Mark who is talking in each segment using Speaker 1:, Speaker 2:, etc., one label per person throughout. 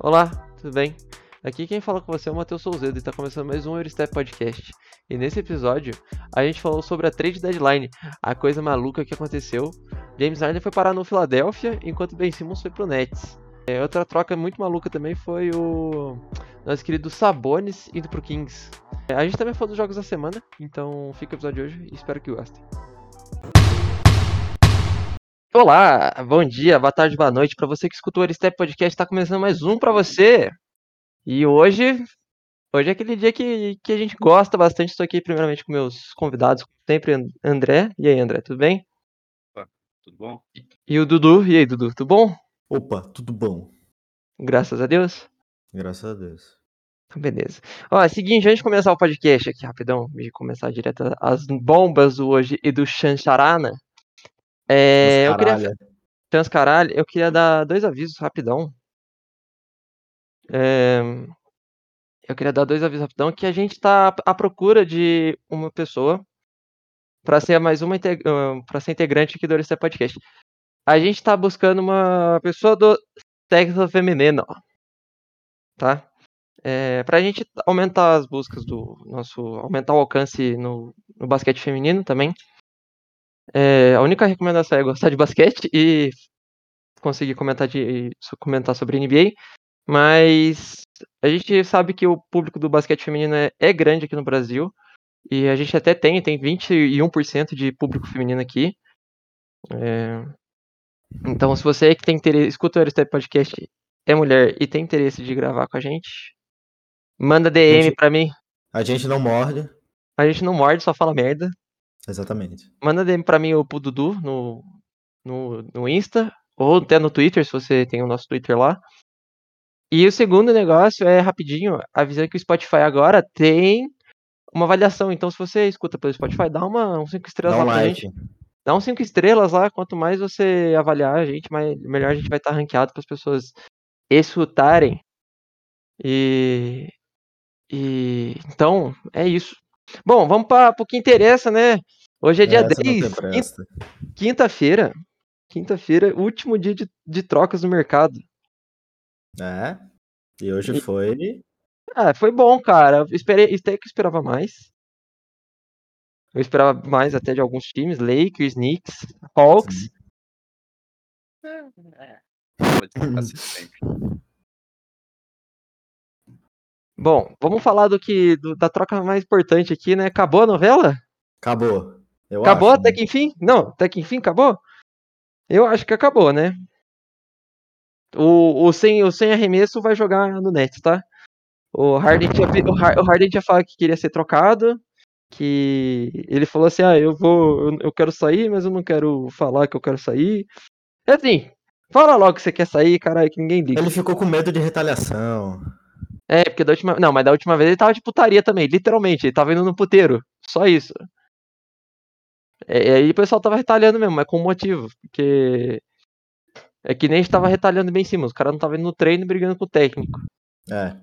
Speaker 1: Olá, tudo bem? Aqui quem fala com você é o Matheus Souzedo e está começando mais um Eurostep Podcast. E nesse episódio, a gente falou sobre a trade deadline, a coisa maluca que aconteceu. James Harden foi parar no Philadelphia, enquanto Ben Simmons foi pro Nets. É, outra troca muito maluca também foi o nosso querido Sabonis indo pro Kings. É, a gente também falou dos jogos da semana, então fica o episódio de hoje e espero que gostem. Olá, bom dia, boa tarde, boa noite. Para você que escutou o Aristep Podcast, está começando mais um para você. E hoje, hoje é aquele dia que, que a gente gosta bastante. Estou aqui primeiramente com meus convidados, como sempre And- André. E aí, André, tudo bem?
Speaker 2: Tudo bom?
Speaker 1: E o Dudu. E aí, Dudu, tudo bom?
Speaker 3: Opa, tudo bom.
Speaker 1: Graças a Deus.
Speaker 3: Graças a Deus.
Speaker 1: Então, Beleza. Ó, é o seguinte, antes de começar o podcast aqui, rapidão, de começar direto as bombas do hoje e do Chancharana. É, eu
Speaker 3: Mas
Speaker 1: queria
Speaker 3: caralho,
Speaker 1: Transcaralho, eu queria dar dois avisos rapidão. É, Eu queria dar dois avisos rapidão que a gente tá à procura de uma pessoa para ser mais uma para ser integrante aqui do Orista Podcast. A gente tá buscando uma pessoa do sexo feminino, tá? É, pra gente aumentar as buscas do nosso, aumentar o alcance no, no basquete feminino também. É, a única recomendação é gostar de basquete e conseguir comentar, de, so- comentar sobre NBA, mas a gente sabe que o público do basquete feminino é, é grande aqui no Brasil, e a gente até tem, tem 21% de público feminino aqui. É, Então, se você que tem interesse, escuta o Aristep Podcast, é mulher e tem interesse de gravar com a gente, manda DM
Speaker 3: Gente-
Speaker 1: pra mim.
Speaker 3: A gente não morde.
Speaker 1: A gente não morde, só fala merda.
Speaker 3: Exatamente.
Speaker 1: manda DM pra mim ou pro Dudu no, no, no Insta, ou até no Twitter, se você tem o nosso Twitter lá. E o segundo negócio é rapidinho, avisando que o Spotify agora tem uma avaliação. Então, se você escuta pelo Spotify, dá uma 5 estrelas
Speaker 3: Dá um
Speaker 1: lá pra gente.
Speaker 3: like.
Speaker 1: Dá uns 5 estrelas lá, quanto mais você avaliar a gente, mais, melhor a gente vai estar ranqueado para as pessoas escutarem. E, e então, é isso. Bom, vamos para o que interessa, né? Hoje é dia
Speaker 3: Essa não tem
Speaker 1: 10, quin-
Speaker 3: pressa.
Speaker 1: quinta-feira. Quinta-feira, último dia de, de trocas no mercado.
Speaker 3: É. E hoje foi.
Speaker 1: Ah, foi bom, cara. Eu Esperei, até que eu esperava mais. Eu esperava mais até de alguns times, Lakers, Knicks, Hawks.
Speaker 2: Fala de cacete sempre.
Speaker 1: Bom, vamos falar do que do- da troca mais importante aqui, né? Acabou a novela?
Speaker 3: Acabou. Eu
Speaker 1: acabou
Speaker 3: acho,
Speaker 1: até
Speaker 3: né?
Speaker 1: que enfim? Não, até que enfim acabou? Eu acho que acabou, né? O, o, sem, o sem arremesso vai jogar no Nets, tá? O Harden tinha, pe- o Har- o Harden tinha falado que queria ser trocado, que ele falou assim, ah, eu vou, eu, eu quero sair, mas eu não quero falar que eu quero sair. É assim, fala logo que você quer sair, caralho, que ninguém liga.
Speaker 3: Ele ficou com medo de retaliação.
Speaker 1: É, porque da última. Não, mas da última vez ele tava de putaria também, literalmente. Ele tava indo no puteiro. Só isso. É, e aí o pessoal tava retalhando mesmo, mas com motivo. Porque. É que nem a gente tava retalhando bem em cima. Os caras não tava indo no treino brigando com o técnico.
Speaker 3: É.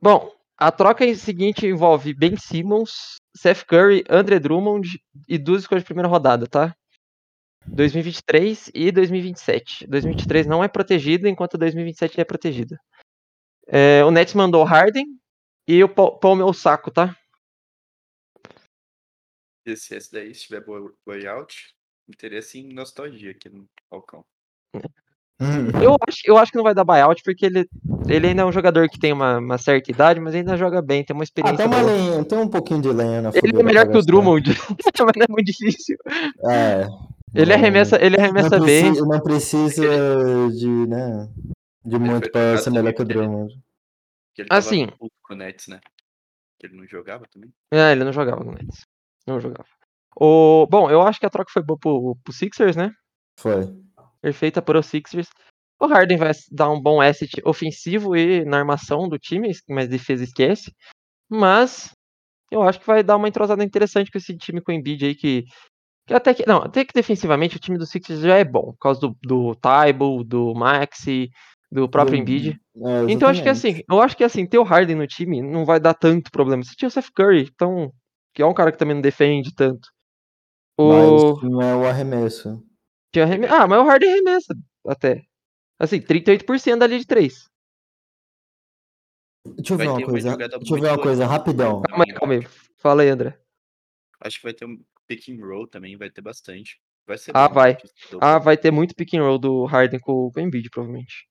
Speaker 1: Bom, a troca em- seguinte envolve Ben Simmons, Seth Curry, Andre Drummond e duas escolhas de primeira rodada, tá? 2023 e 2027. 2023 não é protegida, enquanto 2027 é protegida. É, o Nets mandou o Harden e o Pau- Paul meu saco, tá?
Speaker 2: E Se esse daí estiver boi- buyout, interesse em nostalgia aqui no Falcão.
Speaker 3: Hum.
Speaker 1: Eu acho, eu acho que não vai dar buyout, porque ele, ele ainda é um jogador que tem uma, uma certa idade, mas ainda joga bem, tem uma
Speaker 3: Ah,
Speaker 1: experiência.
Speaker 3: tem, uma
Speaker 1: boa.
Speaker 3: lenha, tem um pouquinho de lenha na
Speaker 1: Ele é
Speaker 3: fogueira
Speaker 1: melhor
Speaker 3: pra
Speaker 1: que o
Speaker 3: gastar.
Speaker 1: Drummond, mas não é muito difícil.
Speaker 3: É.
Speaker 1: Ele
Speaker 3: Não-
Speaker 1: arremessa, ele
Speaker 3: não
Speaker 1: arremessa bem.
Speaker 3: precisa- Não precisa de, né? De muito
Speaker 2: foi
Speaker 3: pra
Speaker 2: trocado
Speaker 3: ser melhor
Speaker 2: também,
Speaker 3: que o
Speaker 2: porque ele-
Speaker 3: Drummond.
Speaker 2: Que ele tava
Speaker 1: Assim.
Speaker 2: puto com o Nets, né? Que ele não jogava também.
Speaker 1: É, ele não jogava no Nets. Não jogava. O... Bom, eu acho que a troca foi boa pro, pro Sixers, né?
Speaker 3: Foi.
Speaker 1: Perfeita para os Sixers. O Harden vai dar um bom asset ofensivo e na armação do time, mas defesa esquece. Mas eu acho que vai dar uma entrosada interessante com esse time com o Embiid aí que, que até que não, até que defensivamente o time do Sixers já é bom, por causa do, do Taibo, do Maxi, do próprio
Speaker 3: Do-
Speaker 1: Embiid.
Speaker 3: É,
Speaker 1: Então acho que
Speaker 3: exatamente.
Speaker 1: assim, eu acho que assim, ter o Harden no time não vai dar tanto problema. Você tinha o Seth Curry, então, que é um cara que também não defende tanto. assim, O
Speaker 3: Mas não é o arremesso.
Speaker 1: tinha arreme- Ah, mas o Harden arremessa até. Assim, 38% da linha de 3.
Speaker 3: Deixa eu ver
Speaker 2: Vai
Speaker 3: uma
Speaker 2: ter um
Speaker 3: coisa.
Speaker 2: jogador
Speaker 3: Deixa eu ver uma
Speaker 2: muito-
Speaker 3: coisa, rapidão.
Speaker 1: Calma aí, calma aí. Fala aí, André.
Speaker 2: Acho que vai ter um pick and roll também, vai ter bastante. Vai ser
Speaker 1: Ah,
Speaker 2: bom,
Speaker 1: vai.
Speaker 2: acho que isso
Speaker 1: Ah, vai ter muito pick and roll do Harden com o Embiid, provavelmente.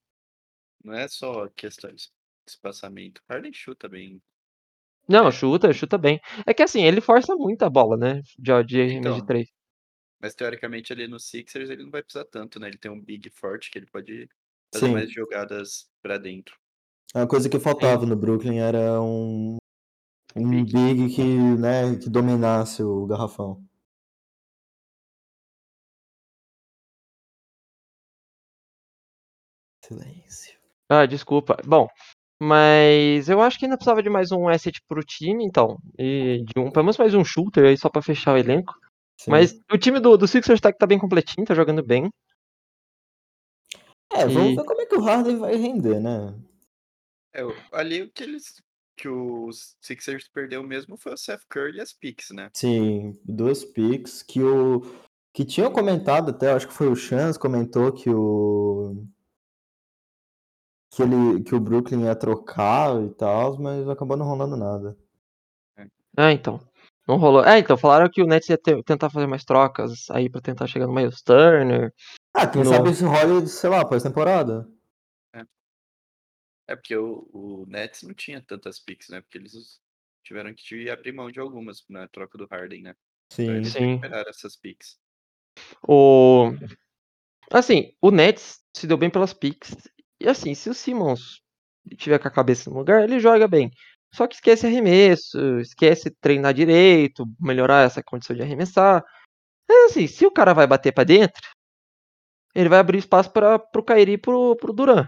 Speaker 2: Não é só questão de espaçamento. Harden chuta bem.
Speaker 1: Não,
Speaker 2: É.
Speaker 1: chuta, chuta bem. É que assim, ele força muito a bola, né? De, de arremesso de
Speaker 2: Então.
Speaker 1: 3.
Speaker 2: Mas teoricamente ali no Sixers ele não vai precisar tanto, né? Ele tem um big forte que ele pode fazer
Speaker 3: Sim.
Speaker 2: mais jogadas pra dentro.
Speaker 3: A coisa que
Speaker 2: É.
Speaker 3: faltava no Brooklyn era um. Um
Speaker 1: Big.
Speaker 3: big que, né, que dominasse o garrafão. Silêncio.
Speaker 1: Ah, desculpa. Bom, mas eu acho que ainda precisava de mais um asset pro time, então. E de um, pelo menos mais um shooter aí só pra fechar o elenco.
Speaker 3: Sim.
Speaker 1: Mas o time do, do Sixers tá, tá bem completinho, tá jogando bem.
Speaker 3: É, vamos
Speaker 1: E-
Speaker 3: ver como é que o Harden vai render, né?
Speaker 2: É, o- ali o que eles. Que os Sixers perdeu mesmo foi o Seth Curry e as picks, né?
Speaker 3: Sim, duas picks que o que tinham comentado até, acho que foi o Chance comentou que o que ele que o Brooklyn ia trocar e tal, mas acabou não rolando nada.
Speaker 1: Ah, então. Não rolou. É, então, falaram que o Nets ia te- tentar fazer mais trocas aí pra tentar chegar no Miles Turner.
Speaker 3: Ah, quem
Speaker 1: No-
Speaker 3: sabe isso rola, sei lá, pós-temporada.
Speaker 2: É porque o, o Nets não tinha tantas picks, né? Porque eles us- tiveram que abrir mão de algumas na troca do Harden, né? Então
Speaker 3: Sim.
Speaker 2: eles
Speaker 1: Sim.
Speaker 2: recuperaram essas picks.
Speaker 1: O... Assim, o Nets se deu bem pelas picks. E assim, se o Simmons tiver com a cabeça no lugar, ele joga bem. Só que esquece arremesso, esquece treinar direito, melhorar essa condição de arremessar. Mas assim, se o cara vai bater pra dentro, ele vai abrir espaço para pro Kairi e pro, pro Duran.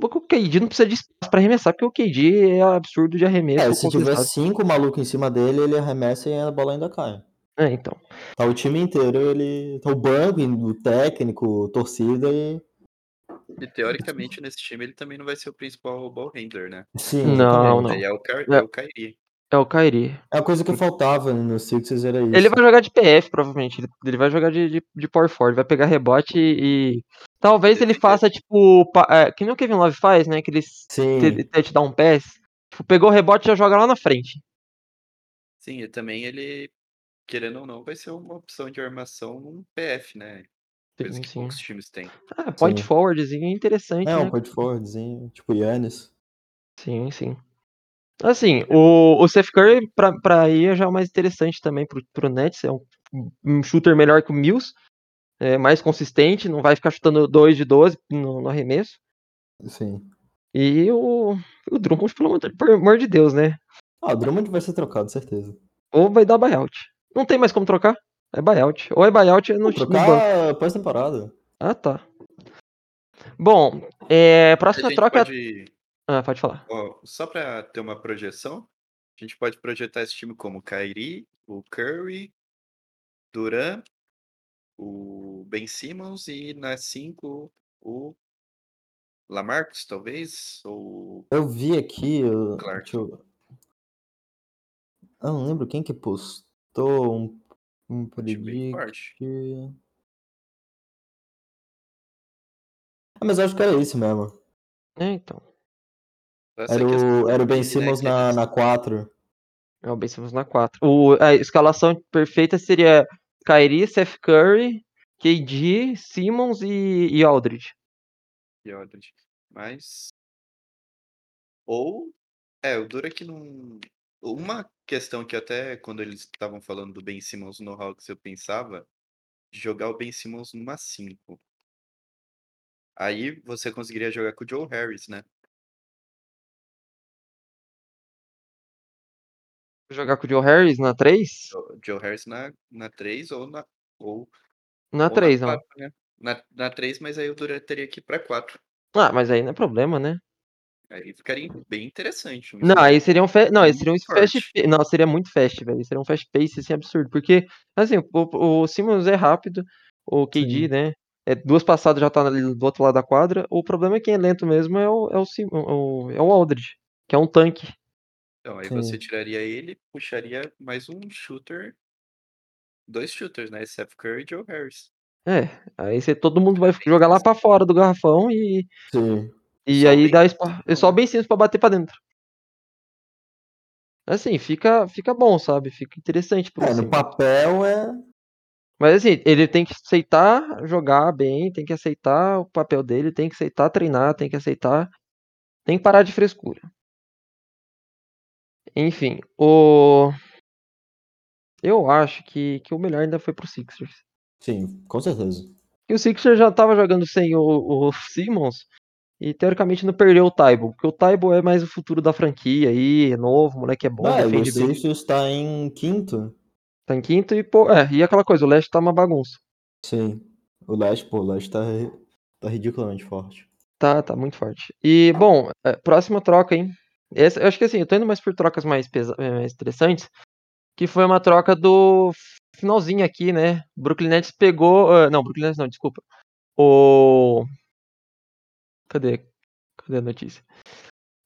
Speaker 1: O KD não precisa de espaço pra arremessar, porque o KD é absurdo de arremesso.
Speaker 3: É, se tiver
Speaker 1: contestado.
Speaker 3: cinco malucos em cima dele, ele arremessa e a bola ainda cai.
Speaker 1: É, então.
Speaker 3: Tá o time inteiro, ele. Tá o banco, o técnico, torcida e.
Speaker 2: E
Speaker 1: Uhum.
Speaker 2: teoricamente nesse time ele também não vai ser o principal ball handler, né?
Speaker 3: Sim,
Speaker 1: Não,
Speaker 3: exatamente.
Speaker 1: não.
Speaker 2: Aí é o, Car
Speaker 1: É.
Speaker 2: é o Kyrie.
Speaker 1: É o Kairi.
Speaker 3: É a coisa que faltava no Sixers era isso.
Speaker 1: Ele vai jogar de PF, provavelmente. Ele, ele vai jogar de, de, de power forward, vai pegar rebote e. e- Talvez ele
Speaker 2: Defender.
Speaker 1: faça, tipo. pa- é, que nem o Kevin Love faz, né? Que ele s-
Speaker 3: Sim.
Speaker 1: te, te, te dá um pass. Tipo, pegou o rebote e já joga lá na frente.
Speaker 2: Sim, e também ele, querendo ou não, vai ser uma opção de armação num PF, né? Coisa
Speaker 1: Sim,
Speaker 2: que
Speaker 1: sim.
Speaker 2: poucos times têm.
Speaker 1: Ah, point
Speaker 3: Sim.
Speaker 1: forwardzinho é interessante,
Speaker 3: É,
Speaker 1: né?
Speaker 3: um point forwardzinho, tipo Yannis.
Speaker 1: Sim, sim. Assim, o, o Seth Curry, pra, pra ir, já é o mais interessante também pro, pro Nets. É um, um shooter melhor que o Mills. É mais consistente, não vai ficar chutando 2 de 12 no, no arremesso.
Speaker 3: Sim.
Speaker 1: E o, o Drummond, pelo amor de- por amor de Deus, né?
Speaker 3: Ah, o Drummond vai ser trocado, certeza.
Speaker 1: Ou vai dar buyout. Não tem mais como trocar. É buyout. Ou é buyout no,
Speaker 3: Vou
Speaker 1: no banco.
Speaker 3: trocar pós-temporada.
Speaker 1: Ah, tá. Bom, é, próxima
Speaker 2: a gente
Speaker 1: troca.
Speaker 2: pode,
Speaker 1: Ah, pode falar.
Speaker 2: ó, só pra ter uma projeção, a gente pode projetar esse time como Kyrie, o Curry, Duran, o Ben Simmons e na 5 o Lamarcus, talvez, ou
Speaker 3: Eu vi aqui. Eu...
Speaker 2: Clark.
Speaker 3: deixa eu- eu não lembro quem que postou um, um
Speaker 2: um time bem
Speaker 3: predict.
Speaker 2: forte.
Speaker 3: Ah, mas eu acho que era isso mesmo.
Speaker 1: É, então.
Speaker 2: Essa
Speaker 3: Era o,
Speaker 2: questão
Speaker 3: era o
Speaker 2: do
Speaker 3: Ben
Speaker 2: time, né,
Speaker 3: Simmons
Speaker 2: que
Speaker 3: na,
Speaker 2: eles-
Speaker 3: na 4.
Speaker 1: É o Ben Simmons na 4. O, a escalação perfeita seria Kyrie, Seth Curry, KD, Simmons e, e Aldridge.
Speaker 2: e Aldridge. Mas. Ou. É, o Dura que não. Uma questão que até quando eles estavam falando do Ben Simmons no Hawks eu pensava de jogar o Ben Simmons numa 5. Aí você conseguiria jogar com o Joe Harris, né?
Speaker 1: Jogar com o Joe Harris na 3?
Speaker 2: Jo- Joe Harris na, na 3 ou na. Ou,
Speaker 1: Na
Speaker 2: ou
Speaker 1: 3,
Speaker 2: na
Speaker 1: não.
Speaker 2: 4, né? Na, na 3, mas aí o Dura teria que ir pra 4.
Speaker 1: Ah, mas aí não é problema, né?
Speaker 2: Aí ficaria bem interessante. um
Speaker 1: Não,
Speaker 2: time.
Speaker 1: aí seria um fe... Não,
Speaker 2: É
Speaker 1: aí seria um
Speaker 2: muito
Speaker 1: fast
Speaker 2: forte.
Speaker 1: pa- Não, seria muito fast, velho. Seria um fast pace assim absurdo. Porque, assim, o, o Simmons é rápido, o KD,
Speaker 3: Sim.
Speaker 1: né? É, duas passadas já tá ali do outro lado da quadra. O problema é quem é lento mesmo é o, é o, Sim- o- é o Aldridge, que é um tanque.
Speaker 2: Então, aí
Speaker 3: Sim.
Speaker 2: você tiraria ele, puxaria mais um shooter. Dois shooters, né? Seth Curry e Joe Harris.
Speaker 1: É, aí você, todo mundo vai jogar lá pra fora do garrafão e,
Speaker 3: Sim.
Speaker 1: e
Speaker 2: Só
Speaker 1: aí
Speaker 2: bem
Speaker 1: dá
Speaker 2: simples,
Speaker 1: espaço,
Speaker 2: então,
Speaker 1: só
Speaker 2: né?
Speaker 1: bem simples pra bater pra dentro. Assim, fica, fica bom, sabe? Fica interessante pra
Speaker 3: É,
Speaker 1: você.
Speaker 3: no papel é.
Speaker 1: Mas assim, ele tem que aceitar jogar bem, tem que aceitar o papel dele, tem que aceitar treinar, tem que aceitar. Tem que parar de frescura. Enfim, o. Eu acho que, que o melhor ainda foi pro Sixers.
Speaker 3: Sim, com certeza.
Speaker 1: E o Sixers já tava jogando sem o, o Simmons e teoricamente não perdeu o Taibo, porque o Taibo é mais o futuro da franquia aí, é novo, o moleque é bom,
Speaker 3: ah, e o
Speaker 1: defende bem,
Speaker 3: Sixers tá em quinto.
Speaker 1: tá em quinto e pô, é, e aquela coisa, o Leste tá uma bagunça.
Speaker 3: Sim. O Leste, pô, o Leste tá, ri- tá ridiculamente forte.
Speaker 1: Tá, tá muito forte. E, bom, é, próxima troca, hein? Essa, eu acho que assim, eu tô indo mais por trocas mais, pesa- eh, mais interessantes, que foi uma troca do finalzinho aqui, né? Brooklyn Nets pegou. ah, não, Brooklyn Nets não, desculpa. O. Cadê? Cadê a notícia?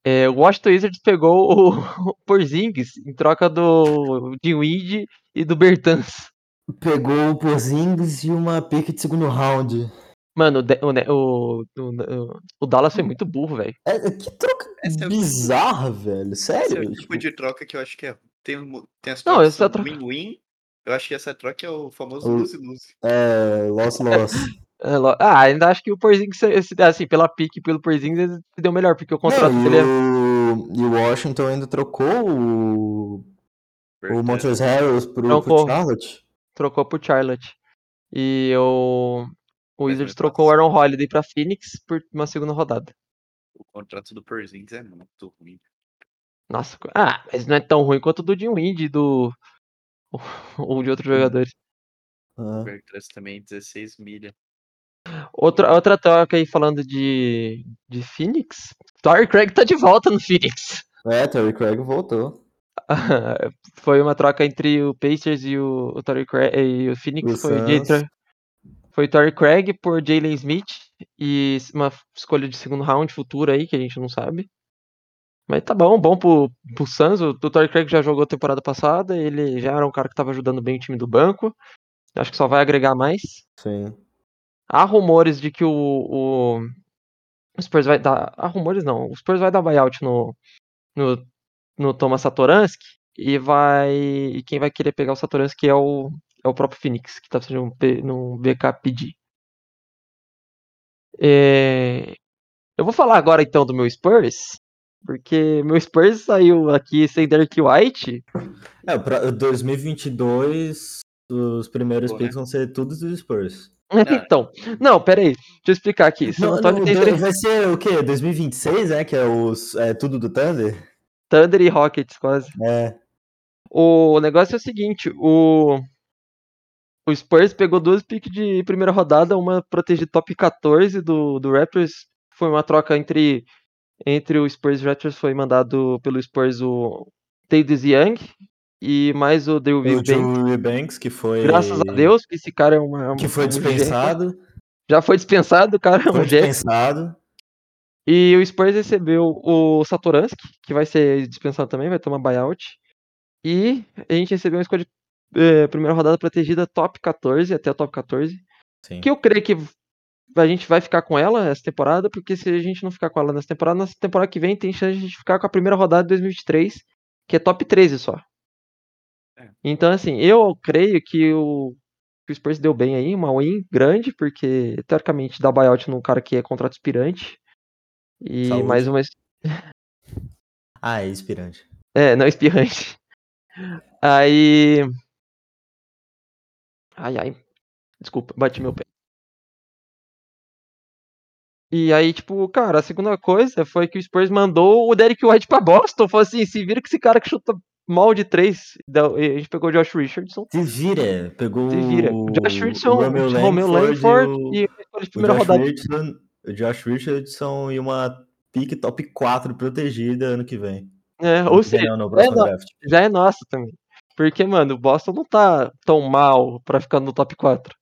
Speaker 1: É, o Washington Wizards pegou o, o Porzingis em troca do Dinwiddie e do Bertans.
Speaker 3: Pegou o Porzingis e uma pique de segundo round.
Speaker 1: Mano, o, De- o, Ne- o, o, o Dallas foi muito burro, velho.
Speaker 3: É, é, que troca
Speaker 2: Essa é o-
Speaker 3: bizarra, velho.
Speaker 2: Esse é
Speaker 3: Sério?
Speaker 2: o tipo de troca que eu acho que é. Tem, um- tem as
Speaker 1: Não,
Speaker 2: trocas que
Speaker 1: essa
Speaker 2: são
Speaker 1: troca-
Speaker 2: win-win. Eu acho que essa troca é o famoso
Speaker 3: é O-
Speaker 2: lose-lose.
Speaker 3: É, loss, loss.
Speaker 1: É, lo- Ah, ainda acho que o Porzingis, esse- assim, pela pique e pelo Porzingis, ele se deu melhor, porque o contrato
Speaker 3: Não,
Speaker 1: dele é...
Speaker 3: e, o, e o Washington ainda trocou o, o
Speaker 2: Verdade.
Speaker 3: Montrezl Harrell pro, pro
Speaker 1: Trocou.
Speaker 3: Charlotte.
Speaker 1: trocou pro Charlotte. E o, o
Speaker 2: Mas
Speaker 1: Wizards
Speaker 2: mesmo
Speaker 1: trocou o
Speaker 2: assim-
Speaker 1: Aaron Holiday pra Phoenix por uma segunda rodada.
Speaker 2: O contrato do Porzingis é muito ruim.
Speaker 1: Nossa, co- ah, mas não é tão ruim quanto o do Dinwiddie e do... ou de outros jogadores.
Speaker 2: O
Speaker 3: Ah,
Speaker 2: Bertrand também, 16 milha.
Speaker 1: Outra, outra troca aí falando de, de Phoenix. Torrey Craig tá de volta no Phoenix.
Speaker 3: É, Terry Craig voltou.
Speaker 1: foi uma troca entre o Pacers e o, o Torrey Craig e o Phoenix.
Speaker 3: O
Speaker 1: foi o Jay
Speaker 3: Suns.
Speaker 1: Tra- foi Torrey Craig por Jalen Smith e s- uma f- escolha de segundo round futura aí que a gente não sabe. Mas tá bom, bom pro, pro Suns. O, o Torrey Craig já jogou a temporada passada, ele já era um cara que tava ajudando bem o time do banco. Acho que só vai agregar mais.
Speaker 3: Sim.
Speaker 1: Há rumores de que o, o, o Spurs vai dar. Há rumores não. O Spurs vai dar buyout no, no, no Thomas Satoransky e vai. E quem vai querer pegar o Satoransky é o, é o próprio Phoenix, que tá precisando de um, P- num backup pedir. É, Eu vou falar agora então do meu Spurs, porque meu Spurs saiu aqui sem Derek White.
Speaker 3: É, pra 2022, os primeiros
Speaker 2: Pô, né?
Speaker 3: picks vão ser todos dos Spurs.
Speaker 1: então, não, peraí, deixa eu explicar aqui. San
Speaker 3: Ah. Não,
Speaker 1: Antonio
Speaker 3: não,
Speaker 1: tem
Speaker 3: do-
Speaker 1: três
Speaker 3: vai ser o quê? 2026, né? Que é, os, é tudo do Thunder?
Speaker 1: Thunder e Rockets quase.
Speaker 3: É.
Speaker 1: O negócio é o seguinte, o o Spurs pegou duas piques de primeira rodada, uma protegida top 14 do, do Raptors, foi uma troca entre entre o Spurs e o Raptors foi mandado pelo Spurs o Tadeusz Young e mais o Drew
Speaker 3: O
Speaker 1: Banks.
Speaker 3: Joe Banks, que foi.
Speaker 1: Graças a Deus, que esse cara é uma
Speaker 3: Que foi
Speaker 1: um gênio.
Speaker 3: dispensado.
Speaker 1: Já foi dispensado, o cara é um
Speaker 3: Foi
Speaker 1: gênio.
Speaker 3: dispensado.
Speaker 1: E o Spurs recebeu o Satoransky, que vai ser dispensado também, vai tomar buyout. E a gente recebeu uma escolha de eh, primeira rodada protegida top 14, até o top 14.
Speaker 3: Sim.
Speaker 1: Que eu creio que a gente vai ficar com ela essa temporada, porque se a gente não ficar com ela nessa temporada, na temporada que vem tem chance de a gente ficar com a primeira rodada de 2023, que é top 13 só.
Speaker 2: É.
Speaker 1: Então, assim, eu creio que o, que o Spurs deu bem aí, uma win grande, porque teoricamente dá buyout num cara que é contrato expirante. E
Speaker 3: Saúde.
Speaker 1: mais uma.
Speaker 3: Ah, é inspirante.
Speaker 1: É, não espirrante. Aí. Ai, ai. Desculpa, bati meu pé. E aí, tipo, cara, a segunda coisa foi que o Spurs mandou o Derek White pra Boston. Falou assim: se vira que esse cara que chuta mal de três. da- e A gente pegou o Josh Richardson.
Speaker 3: Se vira, pegou
Speaker 1: Se vira.
Speaker 3: o
Speaker 1: O Josh Richardson, o
Speaker 3: Romeo
Speaker 1: Romeo
Speaker 3: Langford
Speaker 1: Langford
Speaker 3: e o,
Speaker 1: e a escolha de
Speaker 3: o
Speaker 1: primeira
Speaker 3: Josh
Speaker 1: rodada.
Speaker 3: Richardson, o Josh Richardson e uma pick top 4 protegida ano que vem.
Speaker 1: né?
Speaker 3: Ano
Speaker 1: Ou
Speaker 3: que vem
Speaker 1: seja,
Speaker 3: não, no próximo
Speaker 1: não.
Speaker 3: draft.
Speaker 1: já é nossa também. Porque, mano, o Boston não tá tão mal pra ficar no top 4.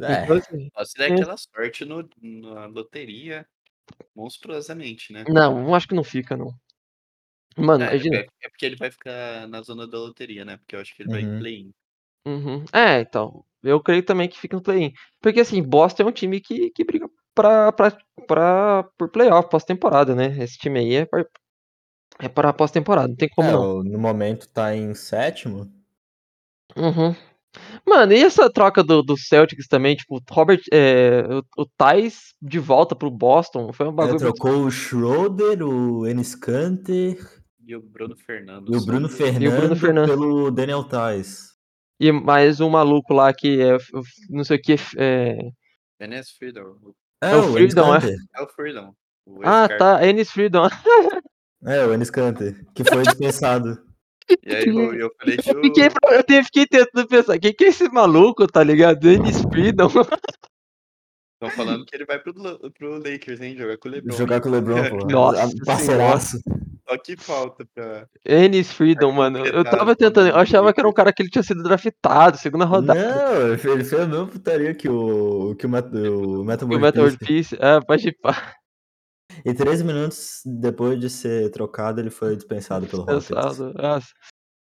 Speaker 3: É,
Speaker 1: Então, assim,
Speaker 2: Só se der
Speaker 1: É.
Speaker 2: aquela sorte no, na loteria monstruosamente, né?
Speaker 1: não, não acho que não fica, não. Mano,
Speaker 2: É,
Speaker 1: imagina.
Speaker 2: é- é porque ele vai ficar na zona da loteria, né? Porque eu acho que ele vai
Speaker 3: Uhum.
Speaker 2: play.
Speaker 1: Uhum. É, então. eu creio também que fica no play-in. Porque assim, Boston é um time que, que briga pra, pra, pra, por playoff, pós-temporada, né? Esse time aí é, pra- é para pós-temporada, não tem como
Speaker 3: É,
Speaker 1: não.
Speaker 3: o- no momento tá em sétimo.
Speaker 1: Uhum. Mano, e essa troca do, do Celtics também, tipo, Robert, é, o, o Thais de volta pro Boston, foi um
Speaker 3: Ele
Speaker 1: bagulho muito
Speaker 3: trocou o Schroeder, o Enes Kanter
Speaker 2: E o Bruno Fernando.
Speaker 3: e o
Speaker 2: só
Speaker 3: Bruno
Speaker 2: que-
Speaker 3: Fernando,
Speaker 1: Fernando.
Speaker 3: pelo Daniel Tais.
Speaker 1: E mais um maluco lá que é, f- f- não sei o que. f- É...
Speaker 2: Enes Freedom. o-
Speaker 1: É o
Speaker 3: Enes
Speaker 1: Freedom, é.
Speaker 3: Kanter.
Speaker 2: É o Freedom. o
Speaker 1: Ah,
Speaker 2: ex-Car-
Speaker 1: tá, Ennis Freedom.
Speaker 3: É, o Enes Kanter, que foi dispensado.
Speaker 2: E aí eu, eu falei que
Speaker 1: Eu fiquei,
Speaker 2: o.
Speaker 1: pra- eu te- fiquei tentando pensar, quem que é esse maluco, tá ligado? Ennis Freedom.
Speaker 2: Estão falando que ele vai pro, Lo- pro Lakers, hein? Jogar com o Lebron.
Speaker 3: Jogar com o LeBron, pô.
Speaker 1: Nossa
Speaker 3: Parceiraço.
Speaker 2: Só que falta pra.
Speaker 1: Ennis Freedom, mano. Eu tava
Speaker 2: Completado,
Speaker 1: tentando, eu
Speaker 2: mano.
Speaker 1: achava que era um cara que ele tinha sido draftado, segunda rodada.
Speaker 3: Não, ele fez a mesma putaria que o, que o, Met, o
Speaker 1: E o
Speaker 3: Metamorph
Speaker 1: Metal
Speaker 3: Beast.
Speaker 1: Piece, é, pode ir pá,
Speaker 3: E 13 minutos depois de ser trocado, ele foi dispensado pelo Rockets.
Speaker 1: pensado, nossa.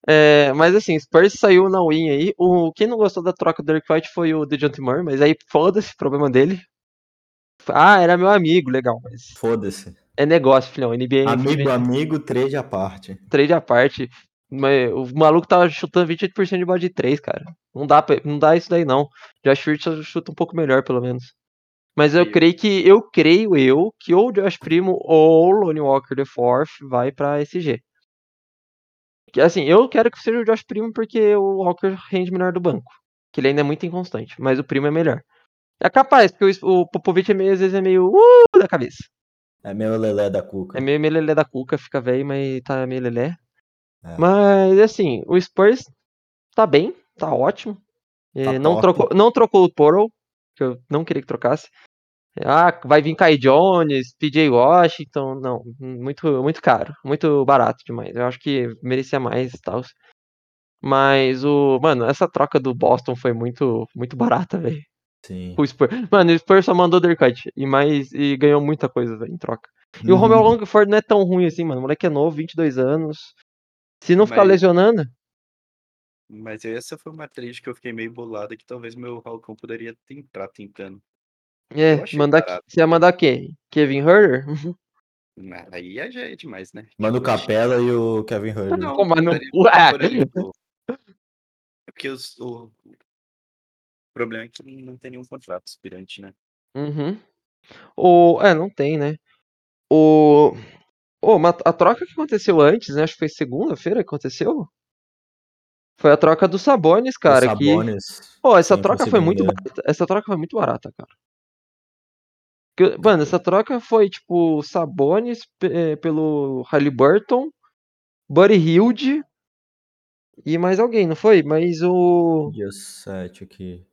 Speaker 1: É, mas assim, Spurs saiu na win aí. O, quem não gostou da troca do Dirk White foi o DeJounte Murray, mas aí foda-se, problema dele. Ah, era meu amigo, legal, mas
Speaker 3: Foda-se.
Speaker 1: é negócio, filhão. NBA
Speaker 3: Amigo, amigo, trade à parte.
Speaker 1: trade à parte. mas O maluco tava chutando 28% de bola de 3, cara. Não dá, pra- não dá isso daí, não. Josh Primo só chuta um pouco melhor, pelo menos. Mas eu
Speaker 2: E-
Speaker 1: creio que. Eu creio eu que ou o Josh Primo ou o Lonnie Walker the Fourth vai pra SG. Que, Assim, eu quero que seja o Josh Primo porque o Walker rende melhor do banco. Que ele ainda é muito inconstante, mas o Primo é melhor. É capaz, porque o, o Popovich é meio- às vezes é meio uh, da cabeça.
Speaker 3: É meu lelé da cuca.
Speaker 1: É meio melelé da cuca, fica velho, mas tá meio lelé.
Speaker 3: É.
Speaker 1: Mas assim, o Spurs tá bem, tá ótimo.
Speaker 3: Tá
Speaker 1: Eh, não,
Speaker 3: top.
Speaker 1: trocou, não trocou o Poro, que eu não queria que trocasse. Ah, vai vir Kai Jones, PJ Washington, não, muito, muito caro, muito barato demais. Eu acho que merecia mais e tal. Mas o, mano, essa troca do Boston foi muito, muito barata, velho.
Speaker 3: Sim.
Speaker 1: O Spurs, mano, o Spurs só mandou Dirk White e mais e ganhou muita coisa, velho, em troca. E o
Speaker 3: Uhum.
Speaker 1: Romeo Longford não é tão ruim assim, mano. O moleque é novo, 22 anos. Se não ficar
Speaker 2: Mas-
Speaker 1: lesionando,
Speaker 2: Mas essa foi uma trade que eu fiquei meio bolado que talvez meu Falcão poderia tentar tentando.
Speaker 1: é,
Speaker 2: achei
Speaker 1: mandar,
Speaker 2: barato.
Speaker 1: você ia mandar quem? Kevin Herter?
Speaker 2: Mas Aí já é demais, né?
Speaker 3: Mano, o
Speaker 2: Tipo, eu achei-
Speaker 3: Capela e o Kevin Hurley.
Speaker 2: Não,
Speaker 1: Pô, mano,
Speaker 2: daria-
Speaker 1: ué.
Speaker 2: por exemplo, É porque os- o, o problema é que não tem nenhum contrato aspirante, né?
Speaker 1: Uhum. O, é, não tem, né? O, Ô, mas a troca que aconteceu antes, né? Acho que foi segunda-feira que aconteceu. Foi a troca do Sabonis, cara.
Speaker 3: o
Speaker 1: Que...
Speaker 3: Sabonis.
Speaker 1: Pô, essa
Speaker 3: Sim, foi
Speaker 1: troca foi muito
Speaker 3: segunda.
Speaker 1: barata. Essa troca foi muito barata, cara. Que- Mano, essa troca foi tipo Sabonis pe- eh, pelo Halliburton, Buddy Hilde e mais alguém, não foi? Mas o.
Speaker 3: Dia 7 aqui.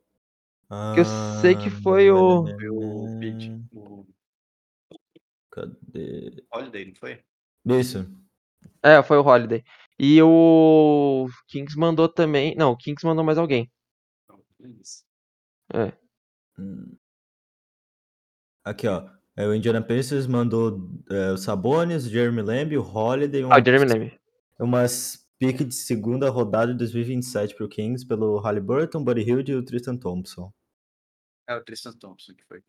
Speaker 3: Ah,
Speaker 1: eu sei que foi o-
Speaker 2: Foi o Pete, o
Speaker 3: Cadê?
Speaker 2: Holiday, não foi?
Speaker 3: Isso.
Speaker 1: É, foi o Holiday. E o Kings mandou também. Não, o Kings mandou mais alguém.
Speaker 2: Não, não é isso.
Speaker 3: Hum. Aqui, ó. É, o Indiana Pacers mandou é, o Sabonis, o Jeremy Lamb, o Holiday, uma,
Speaker 1: Ah, o Jeremy Lamb.
Speaker 3: umas piques de segunda rodada de 2027 pro Kings, pelo Halliburton, Buddy Hilde e o Tristan Thompson.
Speaker 2: É o Tristan Thompson que foi.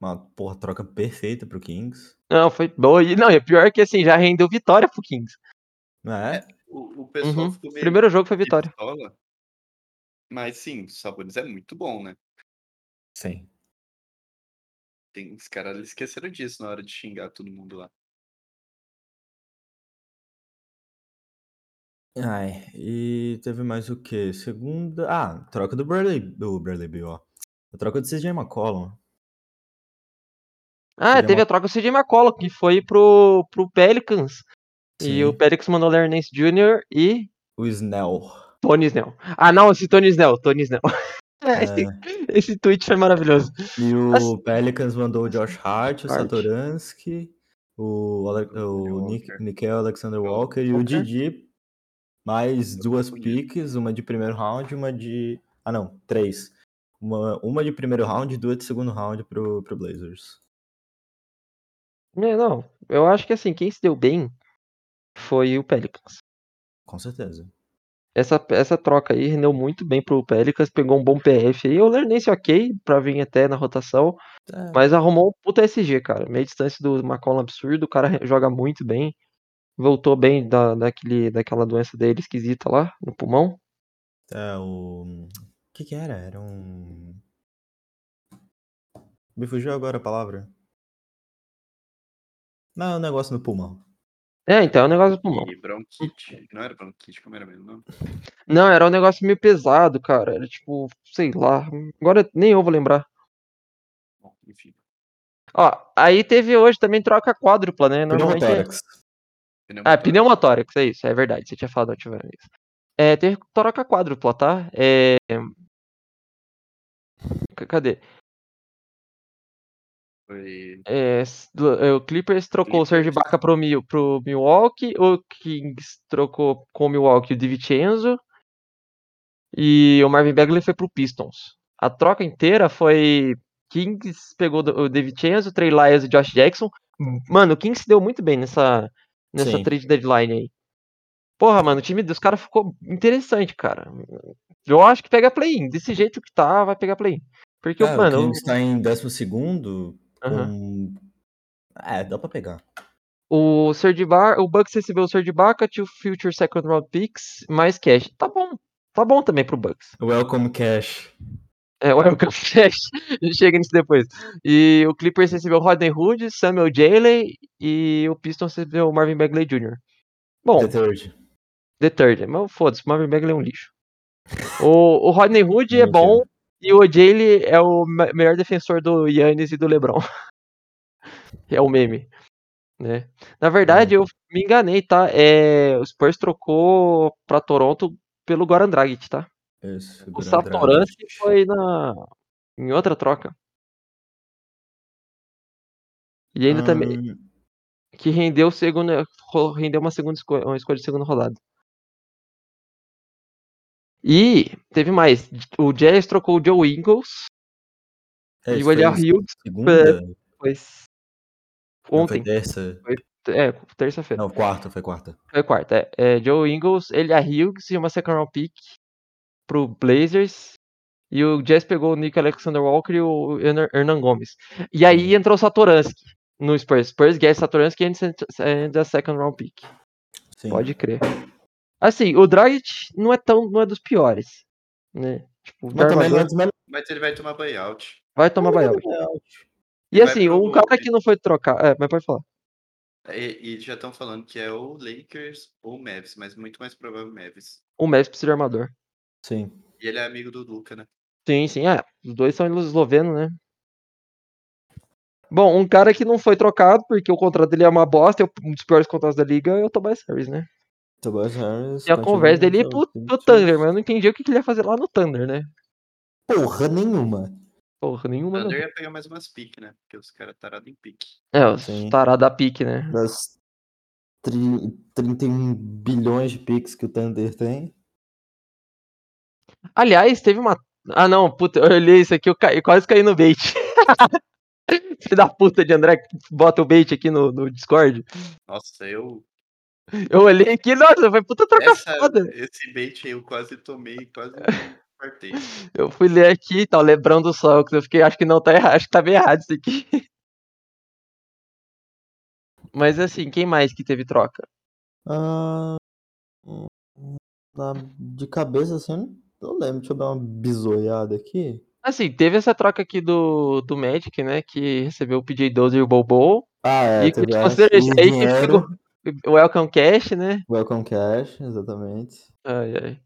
Speaker 3: Uma porra, troca perfeita pro Kings.
Speaker 1: Não, foi boa. E não, e pior que assim, já rendeu vitória pro Kings.
Speaker 3: Não é?
Speaker 2: O, o pessoal
Speaker 1: Uhum.
Speaker 2: ficou meio
Speaker 1: Primeiro jogo foi vitória.
Speaker 2: pistola, Mas sim, o Sabonis é muito bom, né?
Speaker 3: Sim.
Speaker 2: Tem, os caras eles esqueceram disso na hora de xingar todo mundo lá.
Speaker 3: Ai, e teve mais o quê? Segunda. Ah, troca do Bradley. Do Bradley Bill, ó. A troca do CJ McCollum.
Speaker 1: Ah,
Speaker 3: Seria
Speaker 1: teve
Speaker 3: uma-
Speaker 1: a troca do CJ McCollum, que foi pro, pro Pelicans. E o
Speaker 3: Sim.
Speaker 1: Pelicans mandou o Larry Nance Jr. e
Speaker 3: O Snell.
Speaker 1: Tony Snell. Ah, não, esse Tony Snell, Tony Snell. É,
Speaker 3: É,
Speaker 1: esse, esse tweet foi maravilhoso.
Speaker 3: e o
Speaker 1: Assim-
Speaker 3: Pelicans mandou o Josh Hart, o
Speaker 1: Hart.
Speaker 3: Satoransky, o, Ale- o Nick,
Speaker 2: Walker.
Speaker 3: Nickel Alexander
Speaker 2: Walker.
Speaker 3: Walker e o
Speaker 1: Walker.
Speaker 3: Didi. Mais
Speaker 2: Tô
Speaker 3: duas
Speaker 2: confundido.
Speaker 3: piques, uma de primeiro round e uma de. Ah, não, três. Uma, uma de primeiro round e duas de segundo round pro, pro Blazers.
Speaker 1: É, não, eu acho que assim, quem se deu bem foi o Pelicans.
Speaker 3: Com certeza.
Speaker 1: Essa, essa troca aí rendeu muito bem pro Pelicans, pegou um bom PF aí. O Lernense ok pra vir até na rotação,
Speaker 3: É,
Speaker 1: mas arrumou um puta SG, cara. Meia distância do McCollum absurdo, o cara re- joga muito bem. Voltou bem da, daquele, daquela doença dele esquisita lá no pulmão.
Speaker 3: é, o. O que que era? Era um. Me fugiu agora a palavra. Não, é um negócio no pulmão.
Speaker 1: É, então é um negócio do pulmão.
Speaker 2: E bronquite. Não era bronquite, como era mesmo? Não?
Speaker 1: Não, era um negócio meio pesado, cara. Era tipo, sei lá. Agora nem eu vou lembrar.
Speaker 2: Bom, enfim.
Speaker 1: Ó, aí teve hoje também troca quádrupla,
Speaker 3: um
Speaker 1: né? Normalmente é-
Speaker 3: Pneumotórax.
Speaker 1: Ah,
Speaker 2: Pneumotóraco.
Speaker 1: pneumotórax, é isso, é verdade. Você tinha falado a última vez. É, teve troca quádrupla, tá? É... c- Cadê?
Speaker 2: Foi-
Speaker 1: É, s- do- é, o Clippers trocou o Serge
Speaker 2: Clippers.
Speaker 1: Baca pro, Mil, pro Milwaukee, o Kings trocou com o Milwaukee o DiVincenzo e o Marvin Bagley foi pro Pistons. A troca inteira foi Kings pegou do- o DiVincenzo, Trey Lyles e Josh Jackson. Mano, o Kings se deu muito bem nessa nessa
Speaker 3: Sim.
Speaker 1: trade deadline aí. Porra, mano, o time dos caras ficou interessante, cara. Eu acho que pega play-in. Desse jeito que tá, vai pegar play-in. Porque,
Speaker 3: É,
Speaker 1: mano,
Speaker 3: o
Speaker 1: o-
Speaker 3: Kings tá em 12
Speaker 1: Aham.
Speaker 3: com... É, dá pra pegar.
Speaker 1: O Serge Bar, o Bucks recebeu o Serge Baca, two future second round picks, mais cash. Tá bom. Tá bom também pro Bucks.
Speaker 3: Welcome Cash.
Speaker 1: É, o Elkan Cash. A gente chega nisso depois. E o Clippers recebeu o Rodney Hood, Samuel Jalen e o Pistons recebeu o Marvin Bagley Jr. Bom,
Speaker 3: The third.
Speaker 1: The Third. Mas foda-se, o Marvin Bagley é um lixo. O, o Rodney Hood é
Speaker 3: Mentira.
Speaker 1: bom e o Jalen é o me- melhor defensor do Yannis e do LeBron. É o meme. Né? Na
Speaker 3: É.
Speaker 1: verdade, eu me enganei, tá? É, o Spurs trocou pra Toronto pelo Goran Dragic, tá?
Speaker 3: Isso,
Speaker 1: O
Speaker 3: Goran
Speaker 1: Satoransky
Speaker 3: Dragic.
Speaker 1: foi na em outra troca. E
Speaker 3: Ah.
Speaker 1: ainda também
Speaker 3: Ahn,
Speaker 1: que rendeu segunda ro- rendeu uma segunda escolha, uma escolha de segunda rodada. E teve mais. O Jazz trocou o Joe Ingles
Speaker 3: é,
Speaker 1: e
Speaker 3: isso
Speaker 1: o Eliar
Speaker 3: foi
Speaker 1: Hughes
Speaker 3: Segunda? Não,
Speaker 1: foi
Speaker 3: foi
Speaker 1: é, ontem.
Speaker 3: terça?
Speaker 1: É, terça-feira.
Speaker 3: Não, quarta, foi quarta.
Speaker 1: Foi quarta. É, é, Joe Ingles, Eliar Hughes e uma second round pick pro Blazers. E o Jazz pegou o Nick Alexander Walker e o Hernan Hernan Gomes. E aí
Speaker 3: Uhum.
Speaker 1: entrou o Satoransky no Spurs. Spurs, Jazz, Satoransky and sent- and a second round pick.
Speaker 3: Sim.
Speaker 1: Pode crer. Assim, o Dragic não é tão, não é dos piores, né? Tipo, de
Speaker 3: Mas também não é
Speaker 1: armador,
Speaker 3: dos melhores.
Speaker 2: Mas ele vai tomar buyout.
Speaker 1: vai tomar baião. E
Speaker 2: Ele
Speaker 3: é
Speaker 2: vai
Speaker 1: assim,
Speaker 2: pro-
Speaker 1: um cara que não foi trocar, é, mas pode falar.
Speaker 2: E, e já estão falando que é ou Lakers ou Mavs, mas muito mais provável Mavs.
Speaker 1: O Messi precisa de armador.
Speaker 3: Sim.
Speaker 2: E ele é amigo do Luca, né?
Speaker 1: Sim, sim, é. Os dois são eslovenos, né? Bom, um cara que não foi trocado porque o contrato dele é uma bosta, é um dos piores contratos da liga, é o Tobias Harris, né?
Speaker 3: Tobias Harris.
Speaker 1: E a
Speaker 3: continua
Speaker 1: conversa dele é
Speaker 3: no
Speaker 1: pro,
Speaker 3: seu
Speaker 1: pro
Speaker 3: time.
Speaker 1: Thunder, mas eu não entendi o que que ele ia fazer lá no Thunder, né?
Speaker 3: Porra nenhuma.
Speaker 1: Porra,
Speaker 2: O
Speaker 1: nenhuma. não.
Speaker 2: Thunder ia pegar mais umas piques, né? Porque os caras tarados em pique.
Speaker 1: É, os
Speaker 3: Sim.
Speaker 1: tarados da pique, né?
Speaker 3: Das tri- 31 bilhões de picks que o Thunder tem.
Speaker 1: Aliás, teve uma. Ah, não, puta, eu olhei isso aqui, eu, caí, quase caí no bait. Filho da puta de André, que bota o bait aqui no, no Discord.
Speaker 2: Nossa, eu.
Speaker 1: Eu olhei aqui, nossa, foi puta troca
Speaker 2: Essa,
Speaker 1: foda.
Speaker 2: esse bait aí eu quase tomei, quase partei.
Speaker 1: Eu fui ler aqui e tal, lembrando do Sox. Eu fiquei, acho que não tá errado, acho que tá bem errado isso aqui. Mas assim, quem mais que teve troca?
Speaker 3: Ah, hum, na- de cabeça assim, eu não- não lembro. Deixa eu dar uma bisoiada aqui.
Speaker 1: Assim, teve essa troca aqui do, do Magic, né? Que recebeu o PJ 12 e o Bobo.
Speaker 3: Ah, é.
Speaker 1: e que
Speaker 3: teve essa.
Speaker 1: considera isso
Speaker 3: E
Speaker 1: aí que
Speaker 3: dinheiro,
Speaker 1: pegou o Welcome Cash, né?
Speaker 3: Welcome Cash, exatamente.
Speaker 1: Ai, ai.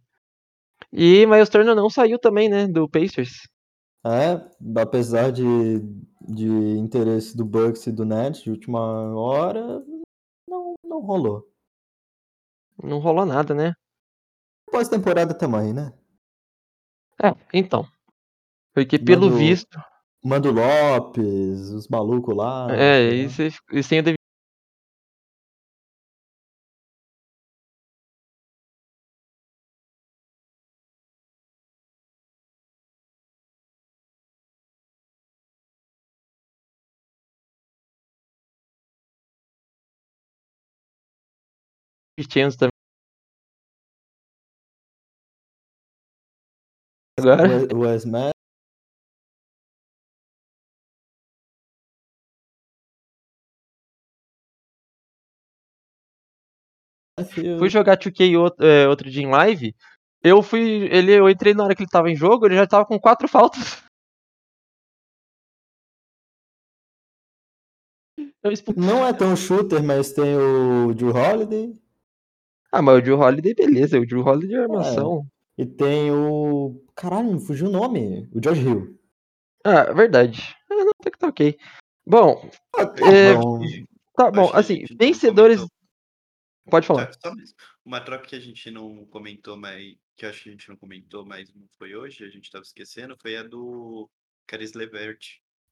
Speaker 1: E Miles Turner não saiu também, né? Do Pacers.
Speaker 3: É, apesar de, de interesse do Bucks e do Nets de última hora, não, não rolou.
Speaker 1: Não rolou nada, né?
Speaker 3: Pós-temporada também, né?
Speaker 1: É, então. Porque pelo
Speaker 3: Mano,
Speaker 1: visto.
Speaker 3: Mando Lopes, os malucos lá. né?
Speaker 1: é,
Speaker 3: sei lá.
Speaker 1: e, você, e sem o Devin- Vincenzo também. Agora,
Speaker 3: O Wes Matthews,
Speaker 1: fui jogar 2K outro, é, outro dia em live. Eu fui. Ele, eu entrei na hora que ele tava em jogo, ele já tava com quatro faltas. Eu explico.
Speaker 3: Não é tão shooter, mas tem o Drew Holiday
Speaker 1: Ah, mas o Joe Holiday, beleza. O Joe Holiday é armação.
Speaker 3: e tem o. Caralho, me fugiu o nome. O George Hill.
Speaker 2: É.
Speaker 1: Ah, verdade. Ah, não, até que tá ok. Bom,
Speaker 3: Ah, tá
Speaker 1: É,
Speaker 3: bom.
Speaker 1: tá bom.
Speaker 2: Acho que a
Speaker 1: Assim,
Speaker 2: gente não
Speaker 1: vencedores.
Speaker 2: comentou.
Speaker 1: Pode falar.
Speaker 2: Tá, só mais Uma troca que a gente não comentou, mas que eu acho que a gente não comentou, mas não foi hoje, a gente tava esquecendo, foi a do Caris Levert.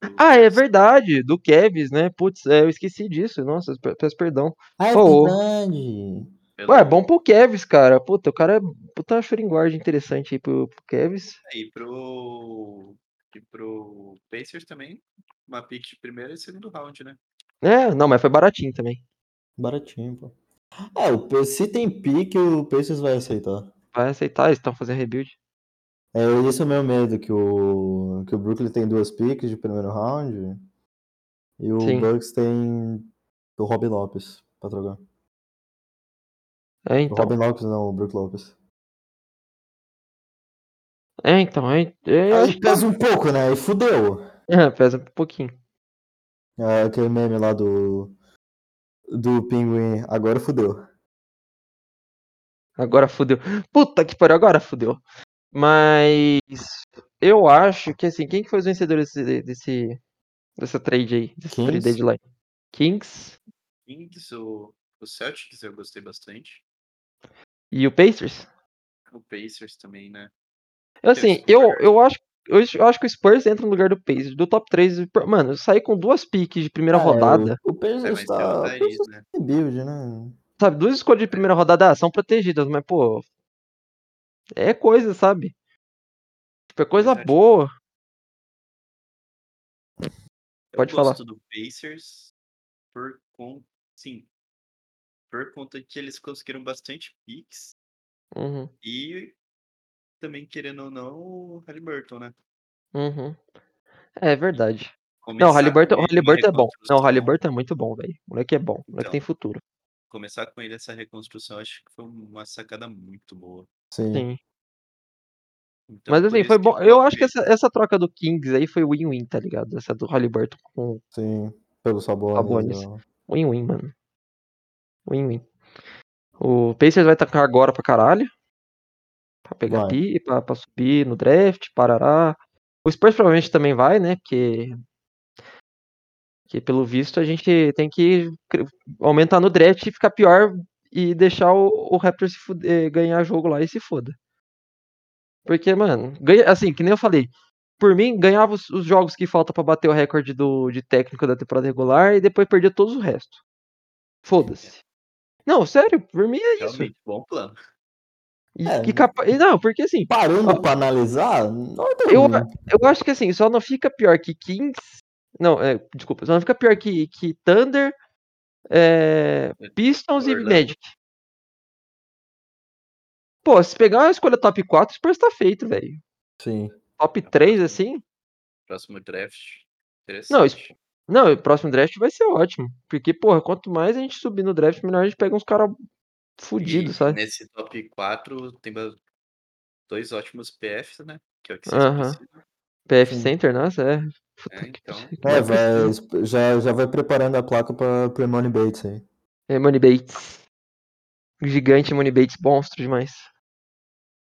Speaker 2: do
Speaker 1: Ah, é
Speaker 2: Cavs.
Speaker 1: verdade, do Kevs, né? Putz, é, eu esqueci disso. Nossa, pe- peço perdão.
Speaker 3: Ah, é
Speaker 1: Pô.
Speaker 3: verdade.
Speaker 1: Ué, é
Speaker 2: Pelo-
Speaker 1: bom pro Kevs, cara. Puta, o cara é. Puta, shooting guard interessante aí pro, pro Kevs.
Speaker 2: E pro. E pro Pacers também, uma pick de primeiro e segundo round, né?
Speaker 1: É, não, mas foi baratinho também.
Speaker 3: Baratinho, pô. É, o, P- se tem pique, o Pacers vai aceitar.
Speaker 1: Vai aceitar, eles estão fazendo rebuild.
Speaker 3: É, esse é o meu medo, que o, que o Brooklyn tem duas piques de primeiro round e o
Speaker 1: Sim.
Speaker 3: Bucks tem o Robin Lopes pra trocar.
Speaker 1: É,
Speaker 3: O
Speaker 1: então.
Speaker 3: Robin Lopes não, o Brook Lopes.
Speaker 1: É, então. É, é, acho
Speaker 3: Aí
Speaker 1: que tá-
Speaker 3: pesa um pouco, né? Aí fudeu.
Speaker 1: É, pesa um pouquinho.
Speaker 3: É, aquele meme lá do. Do pinguim. Agora fudeu.
Speaker 1: Agora fudeu. Puta que pariu, agora fudeu. Mas. Eu acho que, assim, quem que foi os vencedores desse. desse dessa trade aí? Dessa trade
Speaker 3: Kings?
Speaker 1: deadline? Kings
Speaker 2: Kings, o, o Celtics eu gostei bastante.
Speaker 1: e o Pacers?
Speaker 2: O Pacers também, né?
Speaker 1: Eu, assim,
Speaker 2: Esse
Speaker 1: eu,
Speaker 2: lugar.
Speaker 1: eu acho eu acho- eu acho que o Spurs entra no lugar do Pacers. Do top 3, mano, sair com duas piques de primeira
Speaker 3: É,
Speaker 1: rodada,
Speaker 3: O, o Pacers
Speaker 2: É, mas tem
Speaker 3: tá.
Speaker 2: o
Speaker 3: O
Speaker 2: Thaís,
Speaker 3: Pacers
Speaker 2: né?
Speaker 3: tem build, né?
Speaker 1: sabe? Duas escolhas de primeira rodada ah, são protegidas, mas, pô. É coisa, sabe? Tipo, é coisa
Speaker 2: Verdade.
Speaker 1: boa.
Speaker 2: Eu
Speaker 1: Pode falar.
Speaker 2: gosto do Pacers por conta. Sim. Por conta que eles conseguiram bastante picks
Speaker 1: Uhum,
Speaker 2: e também, querendo ou não, o Halliburton, né?
Speaker 1: uhum. É verdade.
Speaker 2: Começar
Speaker 1: Não, o Halliburton, o
Speaker 2: com ele uma
Speaker 1: Halliburton é bom. Não, o
Speaker 2: reconstrução-
Speaker 1: Halliburton é muito bom, velho. O moleque é bom. O moleque
Speaker 2: Então.
Speaker 1: tem futuro.
Speaker 2: Começar com ele essa reconstrução, acho que foi uma sacada muito boa.
Speaker 3: Sim.
Speaker 1: Sim.
Speaker 2: Então,
Speaker 1: Mas
Speaker 2: por
Speaker 1: assim,
Speaker 2: isso
Speaker 1: foi
Speaker 2: que
Speaker 1: bom.
Speaker 2: eu
Speaker 1: Eu acho que
Speaker 2: acho
Speaker 1: essa, essa troca do Kings aí foi win-win, tá ligado? Essa do Halliburton com
Speaker 3: Sim, pelo né, Sabonis.
Speaker 1: Sabonis.
Speaker 3: ó.
Speaker 1: win-win, mano. Win-win. O Pacers vai tacar agora pra caralho. Pra pegar
Speaker 3: Vai.
Speaker 1: pi, pra, pra subir no draft, parará. O Spurs provavelmente também vai, né? Porque. Porque pelo visto a gente tem que cre- aumentar no draft e ficar pior e deixar o, o Raptors se fude- eh, ganhar jogo lá e se foda. Porque, mano, ganha, assim, que nem eu falei. Por mim, ganhava os, os jogos que falta pra bater o recorde do, de técnico da temporada regular e depois perdia todos o resto. Foda-se. Não, sério, por mim é isso.
Speaker 2: realmente bom plano.
Speaker 1: E,
Speaker 3: É.
Speaker 1: que capa- e não, porque assim,
Speaker 3: Parando
Speaker 1: Ó.
Speaker 3: pra analisar, não é tão
Speaker 1: Eu-
Speaker 3: ruim.
Speaker 1: eu acho que assim, só não fica pior que Kings. Não, é, desculpa, só não fica pior que, que Thunder, é, Pistons e
Speaker 2: Orlando.
Speaker 1: Magic. Pô, se pegar uma escolha top 4, o Spurs tá feito, velho.
Speaker 3: Sim.
Speaker 1: Top 3, assim.
Speaker 2: Próximo draft.
Speaker 1: Não,
Speaker 2: Interessante.
Speaker 1: isso- Não, o próximo draft vai ser ótimo. Porque, porra, quanto mais a gente subir no draft, melhor a gente pega uns caras fudidos,
Speaker 2: E
Speaker 1: sabe?
Speaker 2: Nesse top 4 tem ba- dois ótimos PFs, né? Que é o que vocês
Speaker 1: Aham.
Speaker 2: precisam.
Speaker 1: PF
Speaker 3: Sim.
Speaker 1: Center, nossa, é. Puta
Speaker 2: É,
Speaker 1: que
Speaker 2: então.
Speaker 1: pariu, que
Speaker 3: É,
Speaker 1: mais
Speaker 3: vai,
Speaker 1: precisa?
Speaker 3: já, já vai preparando a placa pra, pro Money Bates aí.
Speaker 1: É, Money Bates. Gigante Money Bates, monstro demais.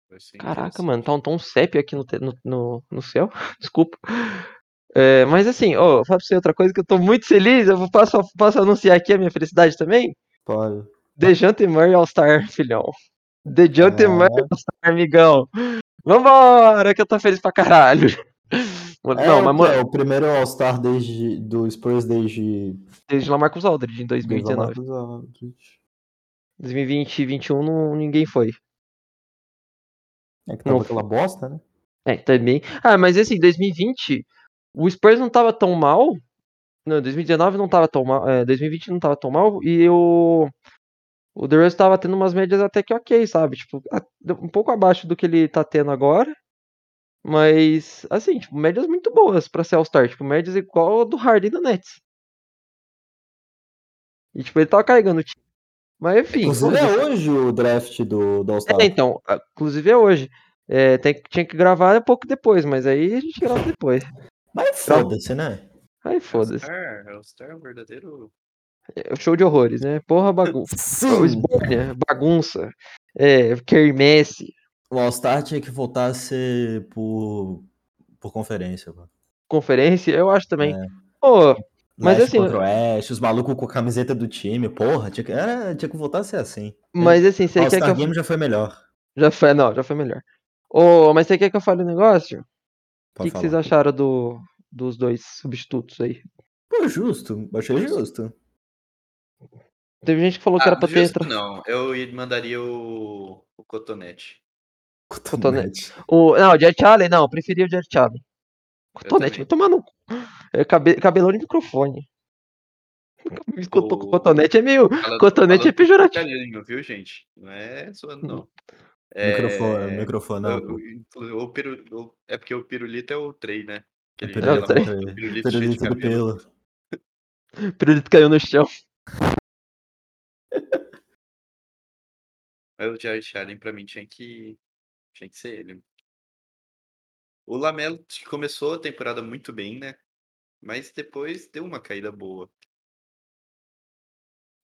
Speaker 2: Vai ser
Speaker 1: Caraca,
Speaker 2: interessante.
Speaker 1: mano, tá um tom sépia aqui no, te- no, no, no céu. Desculpa. É, mas assim, ó, eu falo pra você outra coisa que eu tô muito feliz. Eu vou- posso, posso anunciar aqui a minha felicidade também?
Speaker 3: Pode.
Speaker 1: DeJounte Murray All-Star, filhão. DeJounte
Speaker 3: É.
Speaker 1: Murray All-Star, amigão. Vambora, que eu tô feliz pra caralho.
Speaker 3: É,
Speaker 1: Não, mas
Speaker 3: pô, é
Speaker 1: mano,
Speaker 3: o primeiro All-Star desde, do Spurs desde
Speaker 1: desde Lamarcus Aldridge em
Speaker 3: desde
Speaker 1: 2019.
Speaker 3: Lamarcus Aldridge.
Speaker 1: 2020 e 2021 não, ninguém foi.
Speaker 3: É que
Speaker 1: Não
Speaker 3: tava
Speaker 1: foi.
Speaker 3: aquela bosta, né?
Speaker 1: É, também. Ah, mas assim, 2020, o Spurs não tava tão mal. Não, 2019 não tava tão mal. É, 2020 não tava tão mal. E o. O Durant tava tendo umas médias até que ok, sabe? Tipo, a- um pouco abaixo do que ele tá tendo agora. Mas, assim, tipo, médias muito boas pra ser All-Star. Tipo, médias igual a do Harden do Nets. E, tipo, ele tava carregando o time. Mas, enfim.
Speaker 3: Inclusive é hoje o draft do, do All-Star.
Speaker 1: É, então, a- inclusive é hoje. É, tem, que- tinha que gravar um pouco depois, mas aí a gente grava depois.
Speaker 3: Mas Tá
Speaker 1: então,
Speaker 3: foda-se, né?
Speaker 1: Aí foda-se.
Speaker 2: All-Star, All-Star é um verdadeiro.
Speaker 1: É, show de horrores, né? Porra, bagunça.
Speaker 3: Sim!
Speaker 1: bagunça. É, quermesse.
Speaker 3: O All-Star tinha que voltar a ser por, por conferência, mano.
Speaker 1: Conferência, eu acho também.
Speaker 3: É.
Speaker 1: Pô, Mas
Speaker 3: Leste
Speaker 1: assim,
Speaker 3: é contra o Oeste, os malucos com a camiseta do time, porra, tinha que, era, tinha que voltar a ser assim.
Speaker 1: mas assim,
Speaker 3: O
Speaker 1: você quer que
Speaker 3: All-Star
Speaker 1: eu.
Speaker 3: Game já foi melhor.
Speaker 1: Já foi, não, já foi melhor. Ô, mas você quer que eu fale um negócio? O que,
Speaker 3: Pode
Speaker 1: que
Speaker 3: falar.
Speaker 1: vocês acharam do, dos dois substitutos aí?
Speaker 3: Pô, justo, achei justo.
Speaker 1: Teve gente que falou que
Speaker 2: Ah,
Speaker 1: era pra ter.
Speaker 2: justo
Speaker 1: entra-
Speaker 2: não. Eu ia- mandaria o, o Cotonete.
Speaker 1: Cotonete. O, não, o Jet Allen, não, eu preferia o Jet Allen. Cotonete,
Speaker 2: também.
Speaker 1: vai tomar no cu. É, cabe, cabelão de microfone. Escutou
Speaker 2: O-
Speaker 1: cotonete é meio.
Speaker 2: Fala-
Speaker 1: Cotonete é
Speaker 2: fala
Speaker 1: pejorativo.
Speaker 2: italiano, viu, gente? Não é zoando, não.
Speaker 1: é,
Speaker 3: Microfone, microfone, não.
Speaker 2: o- o- o piru- o- é porque o pirulito é o trem, né?
Speaker 3: É
Speaker 2: Aquele
Speaker 1: pirulito,
Speaker 2: aquela
Speaker 1: trem.
Speaker 2: foto do pirulito cheio de
Speaker 3: Pirulito do
Speaker 2: cabelo.
Speaker 3: pelo.
Speaker 1: O pirulito caiu no chão.
Speaker 2: Mas o Jared Allen, pra mim, tinha que, tinha que ser ele. O Lamelo começou a temporada muito bem, né? Mas depois deu uma caída boa.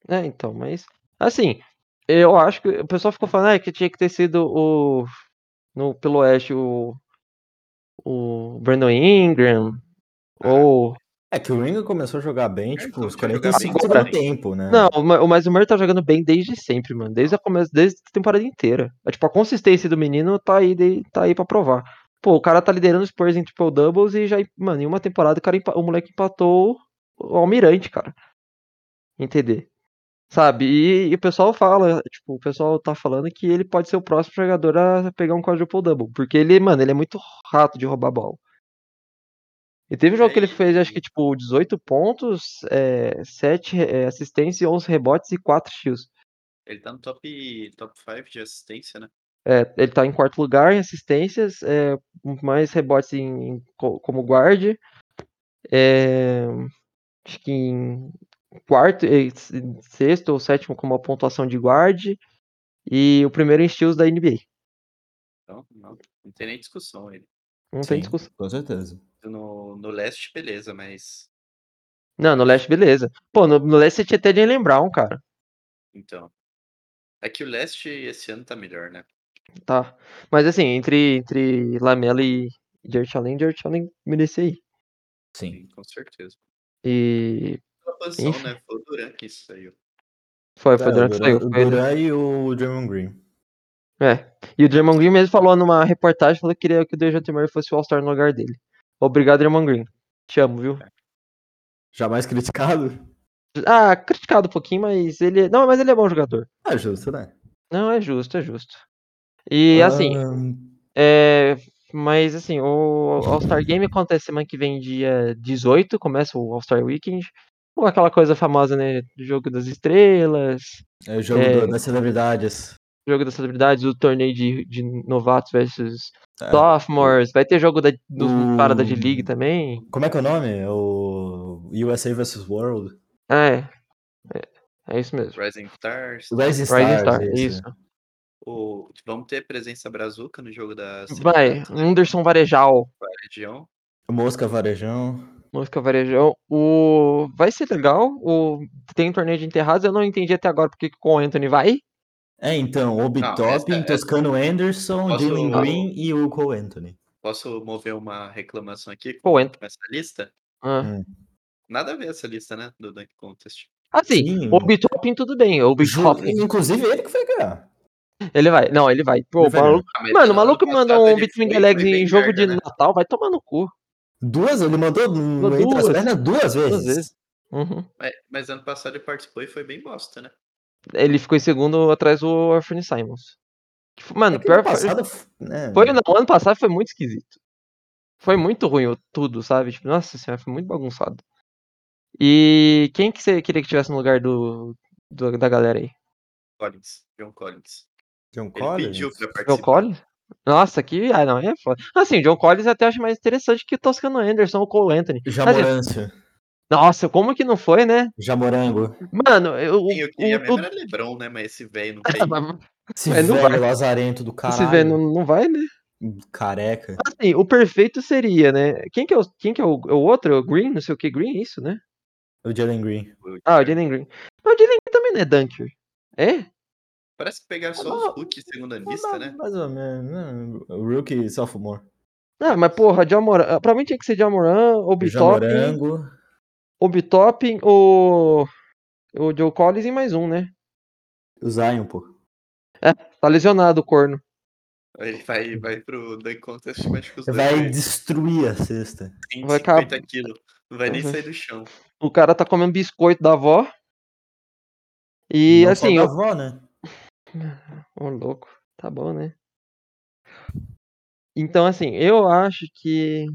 Speaker 1: É, então, mas. Assim, eu acho que. O pessoal ficou falando ah, que tinha que ter sido o. No, pelo Oeste, o. O Brandon Ingram.
Speaker 2: Ah,
Speaker 1: Ou.
Speaker 3: É que o Ingram começou a jogar
Speaker 1: É,
Speaker 3: bem, tipo,
Speaker 2: Então,
Speaker 3: os
Speaker 2: tinha que jogar
Speaker 3: 45
Speaker 1: bem.
Speaker 3: segundos
Speaker 1: Agora.
Speaker 3: tempo, né?
Speaker 1: Não, ma- mas o Murray tá jogando bem desde sempre, mano. Desde a começo, desde a temporada inteira. É, tipo, a consistência do menino tá aí, de- tá aí pra provar. Pô, o cara tá liderando os Spurs em triple doubles e já, em- mano, em uma temporada o, cara, empa- o moleque empatou o Almirante, cara. Entender. Sabe? E, e o pessoal fala, tipo, o pessoal tá falando que ele pode ser o próximo jogador a pegar um quadruple double. Porque ele, mano, ele é muito rato de roubar a bola. E teve um jogo que ele
Speaker 2: É,
Speaker 1: fez, acho
Speaker 2: e-
Speaker 1: que, tipo, 18 pontos, é, 7 re- é, assistências, 11 rebotes e 4 tiros.
Speaker 2: Ele tá no top, top 5 de assistência, né?
Speaker 1: É, ele tá em quarto lugar em assistências, é, mais rebotes em, em co- como guard. é, acho que em quarto, eh, s- em sexto ou sétimo com uma pontuação de guard. E o primeiro em steals da NBA.
Speaker 2: Então, não, não tem nem discussão ele.
Speaker 1: Não
Speaker 3: Sim,
Speaker 1: tem discussão.
Speaker 3: Com certeza.
Speaker 2: No, no leste, beleza, mas.
Speaker 1: Não, no leste, beleza. Pô, no, no leste você tinha até Jalen Brown, cara.
Speaker 2: Então. É que o leste esse ano tá melhor, né?
Speaker 1: Tá. Mas assim, entre, entre Lamela e Dirt Allen, Dirt Allen merecia ir.
Speaker 3: Sim.
Speaker 2: com certeza.
Speaker 1: E.
Speaker 2: Pela posição,
Speaker 1: Enfim.
Speaker 2: né? Foi o Duran que isso saiu.
Speaker 1: Foi,
Speaker 3: É,
Speaker 1: foi
Speaker 3: o
Speaker 1: durante que saiu.
Speaker 3: Duran- o
Speaker 1: foi-
Speaker 3: Duran e o Draymond Green.
Speaker 1: É. E o Draymond Green mesmo falou numa reportagem, falou que queria que o DeJounte Murray fosse o All-Star no lugar dele. Obrigado, Draymond Green. Te amo, viu?
Speaker 3: Jamais criticado?
Speaker 1: Ah, criticado um pouquinho, mas ele. Não, mas ele é bom jogador.
Speaker 3: É justo, né?
Speaker 1: Não, é justo, é justo. E assim,
Speaker 3: Ah,
Speaker 1: é. Mas assim, o All-Star Game acontece semana que vem, dia 18, começa o All-Star Weekend. Ou aquela coisa famosa, né? Jogo das estrelas,
Speaker 3: é o jogo
Speaker 1: É.
Speaker 3: do- das celebridades.
Speaker 1: jogo das celebridades, o torneio de, de novatos versus
Speaker 3: É. Hum.
Speaker 1: sophomores. Vai ter jogo da, dos
Speaker 3: O-
Speaker 1: parada de league também.
Speaker 3: Como é que é o nome? O USA vs World?
Speaker 1: É. É, é isso mesmo.
Speaker 2: Rising Stars.
Speaker 3: Rising
Speaker 1: Rising
Speaker 3: Stars,
Speaker 1: Star,
Speaker 3: esse.
Speaker 1: isso.
Speaker 2: O... Vamos ter presença brazuca no jogo da
Speaker 1: Vai, né?
Speaker 2: Cinemato, né,
Speaker 1: Anderson Varejal,
Speaker 2: da região.
Speaker 3: Mosca Varejão.
Speaker 1: música Varejão. O... Vai ser legal. O... Tem um torneio de enterrados. Eu não entendi até agora porque que com o Anthony vai.
Speaker 3: É, então,
Speaker 2: Não,
Speaker 3: Obi-Top,
Speaker 2: essa- essa-
Speaker 3: Toscano Anderson,
Speaker 2: Posso-
Speaker 3: Jalen Green e o Cole Anthony.
Speaker 2: Posso mover uma reclamação aqui
Speaker 1: Com o Anthony.
Speaker 2: com essa lista?
Speaker 1: Ah.
Speaker 3: Hum,
Speaker 2: Nada a ver essa lista, né? Do Dunk Contest.
Speaker 1: Assim,
Speaker 3: Sim.
Speaker 1: o Obitopin tudo bem. O
Speaker 3: Ju-
Speaker 1: Obitopin,
Speaker 3: Inclusive ele que foi ganhar.
Speaker 1: ele vai. Não, ele vai. Pô,
Speaker 3: Ele vai
Speaker 1: o maluco-
Speaker 2: Ah, mas
Speaker 1: Mano,
Speaker 2: no
Speaker 1: o maluco
Speaker 2: ano
Speaker 1: manda
Speaker 2: passado
Speaker 3: é
Speaker 1: um
Speaker 2: ele
Speaker 1: Between
Speaker 2: foi
Speaker 1: the
Speaker 2: e
Speaker 1: Legs
Speaker 2: foi
Speaker 1: em
Speaker 2: bem
Speaker 1: jogo de
Speaker 2: merda, né?
Speaker 1: Natal. Vai tomar no cu.
Speaker 3: Duas? Ele mandou no
Speaker 1: Mandou
Speaker 3: entre as
Speaker 1: duas.
Speaker 3: pernas duas vezes.
Speaker 1: Duas vezes. Uhum.
Speaker 2: Mas, mas ano passado ele participou e foi bem bosta, né?
Speaker 1: Ele ficou em segundo atrás do Anthony Simons. Que foi- Mano,
Speaker 3: É que
Speaker 1: pior
Speaker 3: ano
Speaker 1: foi-
Speaker 3: passado, f- né?
Speaker 1: Foi, não, ano passado foi muito esquisito. Foi muito ruim o tudo, sabe? Tipo, nossa senhora, foi muito bagunçado. E quem que você queria que tivesse no lugar do, do- da galera aí?
Speaker 2: Collins. John Collins.
Speaker 3: John
Speaker 2: Ele
Speaker 3: Collins?
Speaker 2: pediu pra
Speaker 3: um
Speaker 1: John
Speaker 2: participar.
Speaker 1: Collins? Nossa, que. Ah, não, aí é foda. Assim, John Collins eu até acho mais interessante que o Toscano Anderson ou Cole Anthony.
Speaker 3: Jamorância.
Speaker 1: Nossa, como que não foi, né?
Speaker 3: Jamorango.
Speaker 1: Mano, eu.
Speaker 2: Sim, eu queria
Speaker 1: o-
Speaker 2: mesmo
Speaker 1: o-
Speaker 2: era Lebron, né? Mas esse velho não caiu.
Speaker 3: Esse
Speaker 1: Mas não
Speaker 3: velho
Speaker 1: vai.
Speaker 3: lazarento do
Speaker 1: se
Speaker 3: caralho.
Speaker 1: vê, não, não vai, né?
Speaker 3: Careca.
Speaker 1: Assim, o perfeito seria, né? Quem que é o, quem que é o, é o outro? É O Green? Não sei o que, Green, isso, né?
Speaker 3: O Jalen Green.
Speaker 1: Ah, o Jalen Green. Mas o Jalen Green também não é dunker. É?
Speaker 2: Parece que pegaram só
Speaker 3: Não,
Speaker 2: os rookies segunda lista, né?
Speaker 3: Ah, Mais ou menos. né? O Rookie sophomore.
Speaker 1: Ah, mas porra, Jamoran. Pra mim tinha que ser Jamoran,
Speaker 3: O
Speaker 1: Obitopping,
Speaker 3: Jamorango.
Speaker 1: Obitopping, o. O Joe Collins e mais um, né?
Speaker 3: O Zion, pô.
Speaker 1: Tá lesionado o corno.
Speaker 2: Ele vai, vai pro The Contest, mas com os dois
Speaker 3: Vai
Speaker 2: vai
Speaker 3: destruir a cesta.
Speaker 2: 150
Speaker 1: vai acabar.
Speaker 2: quilos. Não vai nem
Speaker 1: Uhum.
Speaker 2: sair do chão.
Speaker 1: O cara tá comendo biscoito da avó. E
Speaker 3: Não só
Speaker 1: assim,
Speaker 3: da
Speaker 1: eu-
Speaker 3: avó, né?
Speaker 1: Ô, louco. Tá bom, né? Então, assim, eu acho que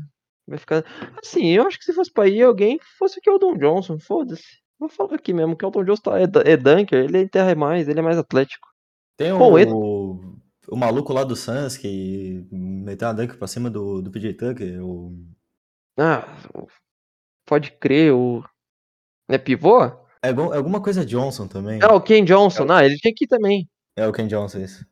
Speaker 1: vai ficar. Assim, eu acho que se fosse pra ir alguém que fosse o Keldon Johnson, foda-se. Vou falar aqui mesmo, o Keldon Johnson tá- é, da- é dunker, ele enterra mais, ele é mais atlético.
Speaker 3: Tem
Speaker 1: Pô, ele-
Speaker 3: o, o maluco lá do Suns que meteu uma dunk pra cima do, do PJ Tucker. O...
Speaker 1: Ah, o- pode crer, o. É pivô?
Speaker 3: É algum- alguma coisa Johnson também.
Speaker 1: Ah, o Ken Johnson, ah, ele tinha que ir também.
Speaker 3: É o Ken Johnson, isso.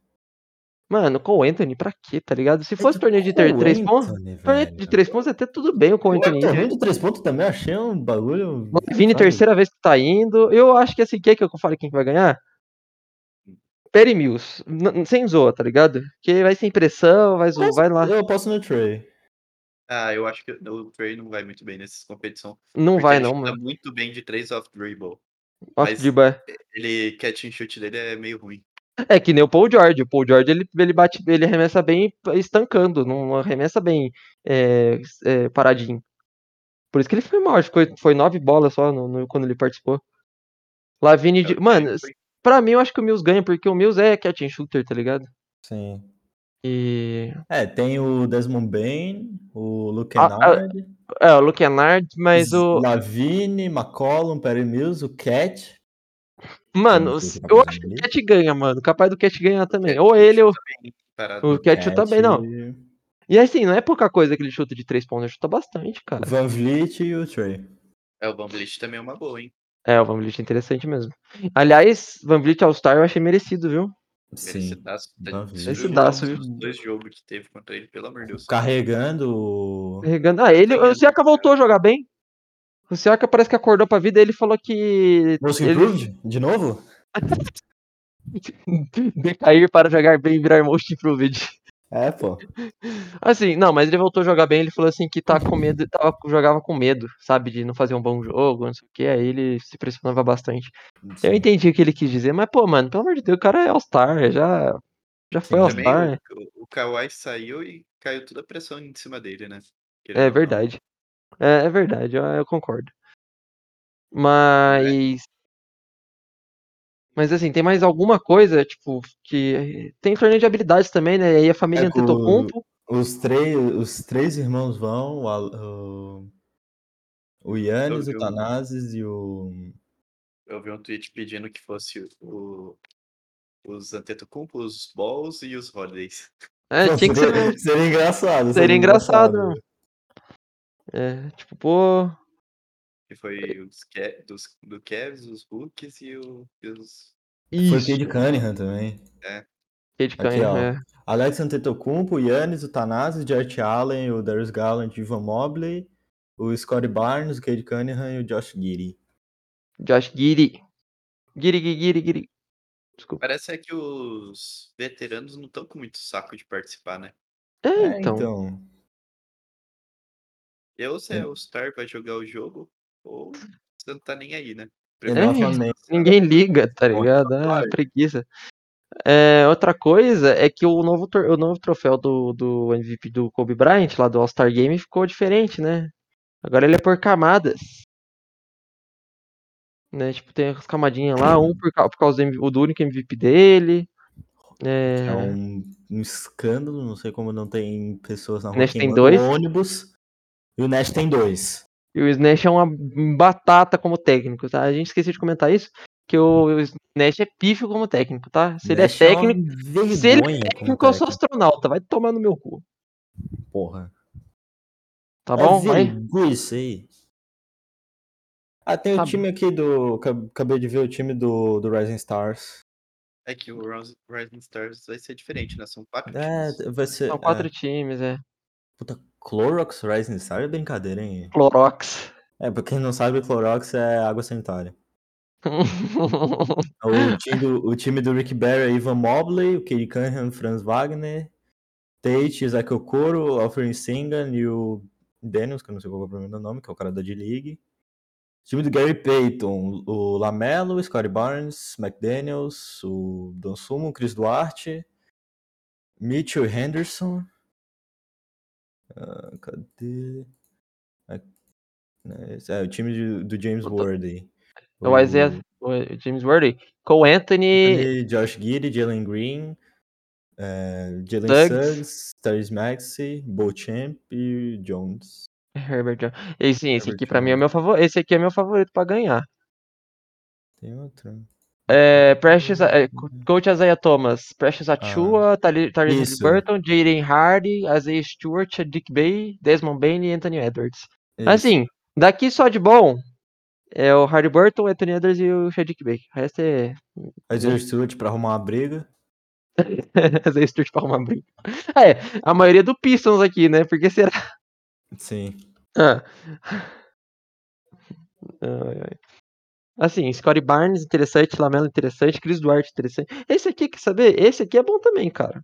Speaker 1: Mano, com o Anthony, pra quê, tá ligado? Se
Speaker 3: É
Speaker 1: fosse torneio
Speaker 3: tipo
Speaker 1: de 3 pontos, torneio de 3 pontos é até tudo bem o Cole
Speaker 2: Ué,
Speaker 1: Anthony. ir.
Speaker 3: né, Torneio de 3 pontos também achei um bagulho.
Speaker 1: Vini,
Speaker 3: sabe?
Speaker 1: terceira vez que tá indo. Eu acho que assim, quer que eu fale quem que vai ganhar? Perry Mills. N- Sem zoa, tá ligado? Porque vai sem pressão, vai, zoar, vai lá.
Speaker 3: Eu posso no Trey.
Speaker 2: Ah, eu acho que o Trey não vai muito bem nessas competições.
Speaker 1: Não
Speaker 2: porque
Speaker 1: vai,
Speaker 2: ele tá
Speaker 1: não,
Speaker 2: chuta
Speaker 1: mano.
Speaker 2: muito bem de 3 off dribble.
Speaker 1: Off
Speaker 2: mas-
Speaker 1: dribble.
Speaker 2: Ele, catch and shoot dele é meio ruim.
Speaker 1: É que nem o Paul George. O Paul George ele, ele bate, ele arremessa bem estancando, não arremessa bem é, é, paradinho. Por isso que ele foi mal, acho que foi, foi nove bolas só no- no- quando ele participou. Lavini.
Speaker 2: É, o
Speaker 1: De...
Speaker 2: Trey
Speaker 1: Mano,
Speaker 2: foi-
Speaker 1: pra mim eu acho que o Mills ganha, porque o Mills é catch and shooter, tá ligado?
Speaker 3: Sim.
Speaker 1: E
Speaker 3: É, tem o Desmond Bain, o Luke
Speaker 1: Ah, ah,
Speaker 3: Kennard,
Speaker 1: É, o Luke Kennard, mas o.
Speaker 3: Lavine, McCollum, Perry Mills, o Cat.
Speaker 1: Mano,
Speaker 3: não sei
Speaker 1: os-
Speaker 3: se tá
Speaker 1: eu
Speaker 3: fazendo
Speaker 1: acho que o
Speaker 3: ali.
Speaker 1: Cat ganha, mano. Capaz do Cat ganhar também.
Speaker 2: Cat
Speaker 1: Ou ele ou
Speaker 2: chuta bem, parado.
Speaker 1: o Cat
Speaker 3: é,
Speaker 1: chuta bem, não. E assim, não é pouca coisa que ele chuta de três pontos, ele chuta bastante, cara.
Speaker 3: Van Vliet e o Trey.
Speaker 2: É, o Van Vliet também é uma boa, hein?
Speaker 1: É, o Van Vliet é interessante mesmo. Aliás, Van Vliet All-Star eu achei merecido, viu?
Speaker 3: Sim.
Speaker 2: Merecidaço.
Speaker 3: Van Vliet.
Speaker 1: Merecidaço,
Speaker 2: tá Os
Speaker 1: viu?
Speaker 2: dois jogos que teve contra ele, pelo amor de Deus.
Speaker 3: Carregando o.
Speaker 1: Carregando. Ah, ele. O Siaka voltou a jogar bem. O Siaka parece que acordou pra vida e ele falou que.
Speaker 3: Most
Speaker 1: ele-
Speaker 3: Improved? De novo?
Speaker 1: Decair para jogar bem e virar Most Improved.
Speaker 3: É, pô.
Speaker 1: Assim, não, mas ele voltou a jogar bem, ele falou assim que tá com medo, tava, jogava com medo, sabe, de não fazer um bom jogo, não sei o que, aí ele se pressionava bastante. Eu entendi o que ele quis dizer, mas pô, mano, pelo amor de Deus, o cara é All-Star, já, já foi um
Speaker 3: Sim,
Speaker 2: Também
Speaker 1: All-Star,
Speaker 2: o, o Kawhi saiu e caiu toda a pressão em cima dele, né? Querendo
Speaker 1: é
Speaker 2: ou não.
Speaker 1: verdade. É, é verdade, eu, eu concordo.
Speaker 3: É.
Speaker 1: Mas... Mas assim, tem mais alguma coisa, tipo, que... Tem torneio de habilidades também, né, e aí a família
Speaker 3: É, com-
Speaker 1: Antetokounmpo,
Speaker 3: Os três, os três irmãos vão, o, Al- o, o Yannis,
Speaker 2: Eu vi
Speaker 3: o
Speaker 2: um-
Speaker 3: Tanazes e o.
Speaker 2: Eu vi um tweet pedindo que fosse o, o- os Antetokounmpo, os Balls e os Holidays.
Speaker 1: é, tinha que ser...
Speaker 3: seria, seria engraçado.
Speaker 1: Seria engraçado. É, tipo, pô...
Speaker 2: Que
Speaker 1: É.
Speaker 2: foi os Ca- dos, do Cavs, os Bucks e, o, e os...
Speaker 3: Foi
Speaker 1: Isso,
Speaker 3: o Cade Cunningham também.
Speaker 1: Cade
Speaker 3: Aqui,
Speaker 1: Cunningham,
Speaker 3: ó.
Speaker 1: é.
Speaker 3: Alex Antetokounmpo, o Yannis, o Tanazes, o Jarrett Allen, o Darius Garland, o Ivan Mobley, o Scottie Barnes, o Cade Cunningham e o Josh Giddy.
Speaker 1: Josh Giri. Giri, Giri, Giri, Giri. Desculpa.
Speaker 2: Parece é que os veteranos não estão com muito saco de participar, né?
Speaker 1: É,
Speaker 3: É,
Speaker 1: então.
Speaker 2: E ou você
Speaker 3: Sim.
Speaker 1: Hum.
Speaker 2: é o Star vai jogar o jogo, ou você não tá nem aí, né?
Speaker 3: E
Speaker 1: É,
Speaker 3: novamente,
Speaker 1: Ninguém liga, tá
Speaker 2: Bom,
Speaker 1: ligado? Ah,
Speaker 2: claro.
Speaker 1: preguiça. É, outra coisa é que o novo, tor- o novo troféu do, do MVP do Kobe Bryant, lá do All-Star Game, ficou diferente, né? Agora ele é por camadas. Né? Tipo, tem as camadinhas lá, um por, ca- por causa do, M- o do único MVP dele.
Speaker 3: é
Speaker 1: É,
Speaker 3: um, um escândalo, não sei como não tem pessoas na rua
Speaker 1: Nash tem
Speaker 3: queimando
Speaker 1: dois.
Speaker 3: ônibus. E o Nash tem dois.
Speaker 1: E o Snash é uma batata como técnico, tá? A gente esqueceu de comentar isso. que o Nash é pífio como técnico, tá? Se ele é
Speaker 3: Nash uma
Speaker 1: técnico, se ele
Speaker 3: vergonha
Speaker 1: é
Speaker 3: como
Speaker 1: técnico, eu sou
Speaker 3: um técnico,
Speaker 1: astronauta. Vai tomar no meu cu.
Speaker 3: Porra.
Speaker 1: Tá bom?
Speaker 3: é
Speaker 1: Vai.
Speaker 3: vergonha isso aí. Ah, tem
Speaker 1: Tá
Speaker 3: o time aqui do. acab- Acabei de ver o time do, do Rising Stars.
Speaker 2: É que o Ros- Rising Stars vai ser diferente, né? São quatro times.
Speaker 3: É, vai ser.
Speaker 1: Tá São quatro times, é.
Speaker 3: é. Puta, Clorox Rising Star é brincadeira, hein?
Speaker 1: Clorox.
Speaker 3: É, pra quem não sabe, Clorox é água sanitária. Então, O time do, o time do Rick Barry é Ivan Mobley, o Cade Cunningham, Franz Wagner, Tate, Isaac Okoro, Alfred Singan e o Daniels, que eu não sei qual é o primeiro nome, que é o cara da D-League. O time do Gary Payton, o Lamelo, o Scottie Barnes, McDaniels, o Don Sumo, o Chris Duarte, Mitchell Henderson. Ah, cadê? Aqui, É, o time de- do James
Speaker 1: Puta.
Speaker 3: Worthy.
Speaker 1: o Isaiah, o James Worthy, Cole Anthony,
Speaker 3: Anthony, Josh Giddy, Jalen Green, eh, Jalen
Speaker 1: Suggs.
Speaker 3: Suggs, Terry Maxey, Bochamp e Jones.
Speaker 1: Herbert Jones. E sim, esse
Speaker 3: Herbert
Speaker 1: aqui pra mim é
Speaker 3: Jones.
Speaker 1: meu favorito. Esse aqui é meu favorito pra ganhar.
Speaker 3: Tem outro.
Speaker 1: É, Precious, é, co- Coach Isaiah Thomas, Precious Achua, Tyrese
Speaker 3: Hum. Ah. Isso.
Speaker 1: Burton, Jaden Hardy, Isaiah Stewart, Dick Bay, Desmond Bain e Anthony Edwards. Assim, daqui só de bom é o Hardy Burton, Anthony Edwards e o Shadick Bay. O resto é
Speaker 3: Isaiah Stewart pra arrumar uma briga.
Speaker 1: Isaiah Stewart pra arrumar briga. É, a maioria do Pistons aqui, né? Porque será?
Speaker 3: Sim.
Speaker 1: Ah. Ai, ai. Assim, Scottie Barnes, interessante, Lamelo, interessante, Chris Duarte, interessante. Esse aqui, quer saber? Esse aqui é bom também, cara.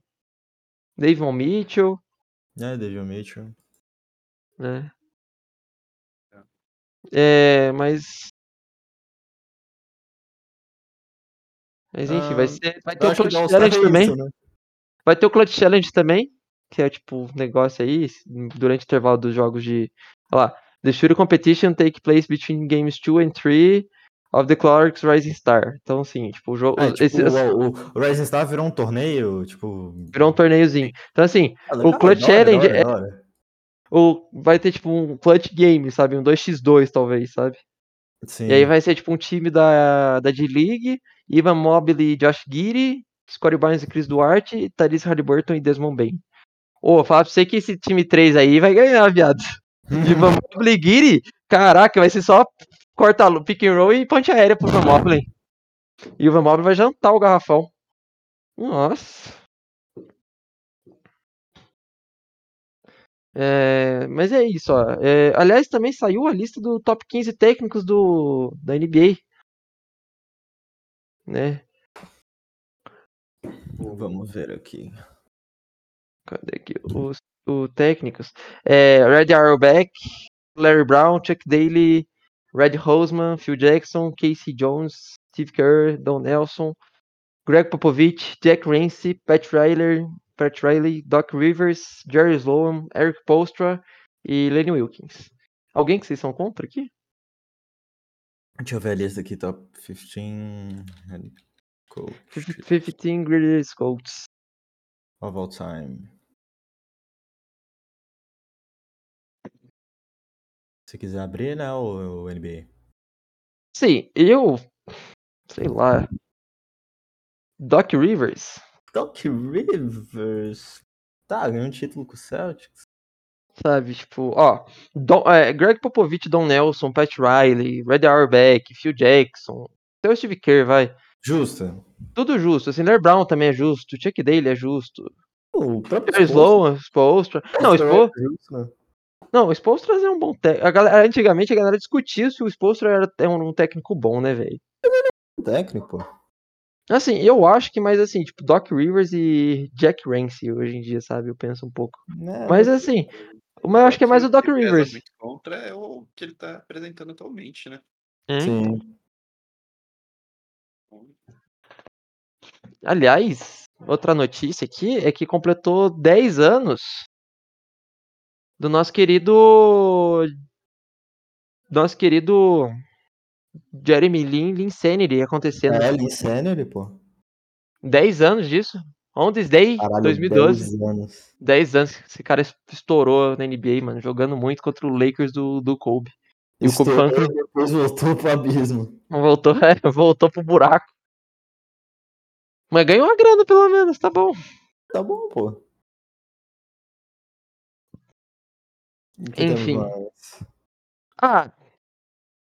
Speaker 1: Davon Mitchell,
Speaker 3: É, David Mitchell.
Speaker 1: né? É, mas. Mas enfim, vai
Speaker 3: Ah,
Speaker 1: ser. Vai ter
Speaker 3: Eu
Speaker 1: o
Speaker 3: acho que
Speaker 1: Clutch
Speaker 3: dá os
Speaker 1: Challenge também.
Speaker 3: isso, né?
Speaker 1: Vai ter o Clutch Challenge também. Que é tipo um negócio aí, s- durante o intervalo dos jogos de. Olha lá. The shooting competition take place between games 2 and 3 of the Clarks Rising Star. Então, assim, tipo, o jogo.
Speaker 3: É, tipo,
Speaker 1: esse-
Speaker 3: o, o- o Rising Star virou um torneio, tipo...
Speaker 1: virou um torneiozinho. Então, assim,
Speaker 3: Ah, legal, é.
Speaker 1: o Clutch
Speaker 3: da hora, da
Speaker 1: Challenge
Speaker 3: hora, da hora.
Speaker 1: ou vai ter tipo um clutch game, sabe? Um 2x2, talvez, sabe?
Speaker 3: Sim.
Speaker 1: E aí vai ser tipo um time da, da D-League, Ivan Mobley e Josh Giddy, Scottie Barnes e Chris Duarte, Tyrese Halliburton e Desmond Bain. Ô, falar pra você que esse time 3 aí vai ganhar, viado. Ivan Mobley e Giddy, caraca, vai ser só corta a lu- pick and roll e ponte aérea pro Ivan Mobley. E o Ivan Mobley vai jantar o garrafão. Nossa. É, mas é isso, ó. É, aliás, também saiu a lista do top 15 técnicos do, da NBA. Né?
Speaker 3: Vamos ver aqui.
Speaker 1: Cadê aqui? Os o técnicos. É, Red Arrowback, Larry Brown, Chuck Daly, Red Roseman, Phil Jackson, Casey Jones, Steve Kerr, Don Nelson, Greg Popovich, Jack Ramsey, Pat Riley, Pat Riley, Doc Rivers, Jerry Sloan, Eric Postra e Lenny Wilkins. Alguém que vocês são contra aqui?
Speaker 3: Deixa eu ver a lista aqui, top 15... head coach.
Speaker 1: 15 greatest coaches.
Speaker 3: of all time. Se quiser abrir, né, o, o NBA.
Speaker 1: Sim, eu. Sei lá. Doc Rivers,
Speaker 3: Doc Rivers. Tá, ganhou um título com o Celtics.
Speaker 1: sabe? Tipo, ó. Don- é, Greg Popovich, Don Nelson, Pat Riley, Red Auerbach, Phil Jackson. Até o Steve Kerr, vai.
Speaker 3: Justo.
Speaker 1: Tudo justo. Assim, Larry Brown também é justo. Chuck Daly é justo.
Speaker 3: O próprio
Speaker 1: Jerry Sloan, Spolstra. Não, Spo... não, o Spolstra é um bom técnico. A galera- Antigamente a galera discutia se o Spolstra era é um um técnico bom, né, velho?
Speaker 3: técnico, pô.
Speaker 1: Assim, eu acho que mais assim, tipo, Doc Rivers e Jack Ramsey hoje em dia, sabe? Eu penso um pouco.
Speaker 3: Né,
Speaker 1: Mas
Speaker 3: mas-
Speaker 1: assim, mas eu acho que é mais o Doc Rivers.
Speaker 2: muito contra é o que ele tá apresentando atualmente, né?
Speaker 1: assim,
Speaker 3: Sim.
Speaker 1: Aliás, outra notícia aqui é que completou 10 anos do nosso querido. Nosso querido Jeremy Lin, Linsanity acontecendo.
Speaker 3: É, Insanity, pô.
Speaker 1: 10 anos disso. On this day,
Speaker 3: Caralho,
Speaker 1: 2012.
Speaker 3: 10 anos.
Speaker 1: 10 anos que esse cara estourou na NBA, mano. Jogando muito contra o Lakers do, do Kobe. E o Kobe
Speaker 3: Estourou
Speaker 1: falando que-
Speaker 3: e depois voltou pro abismo.
Speaker 1: Voltou, é, voltou pro buraco. Mas ganhou uma grana, pelo menos, tá bom.
Speaker 3: Tá bom, pô. O que temos
Speaker 1: Enfim.
Speaker 3: mais?
Speaker 1: Ah,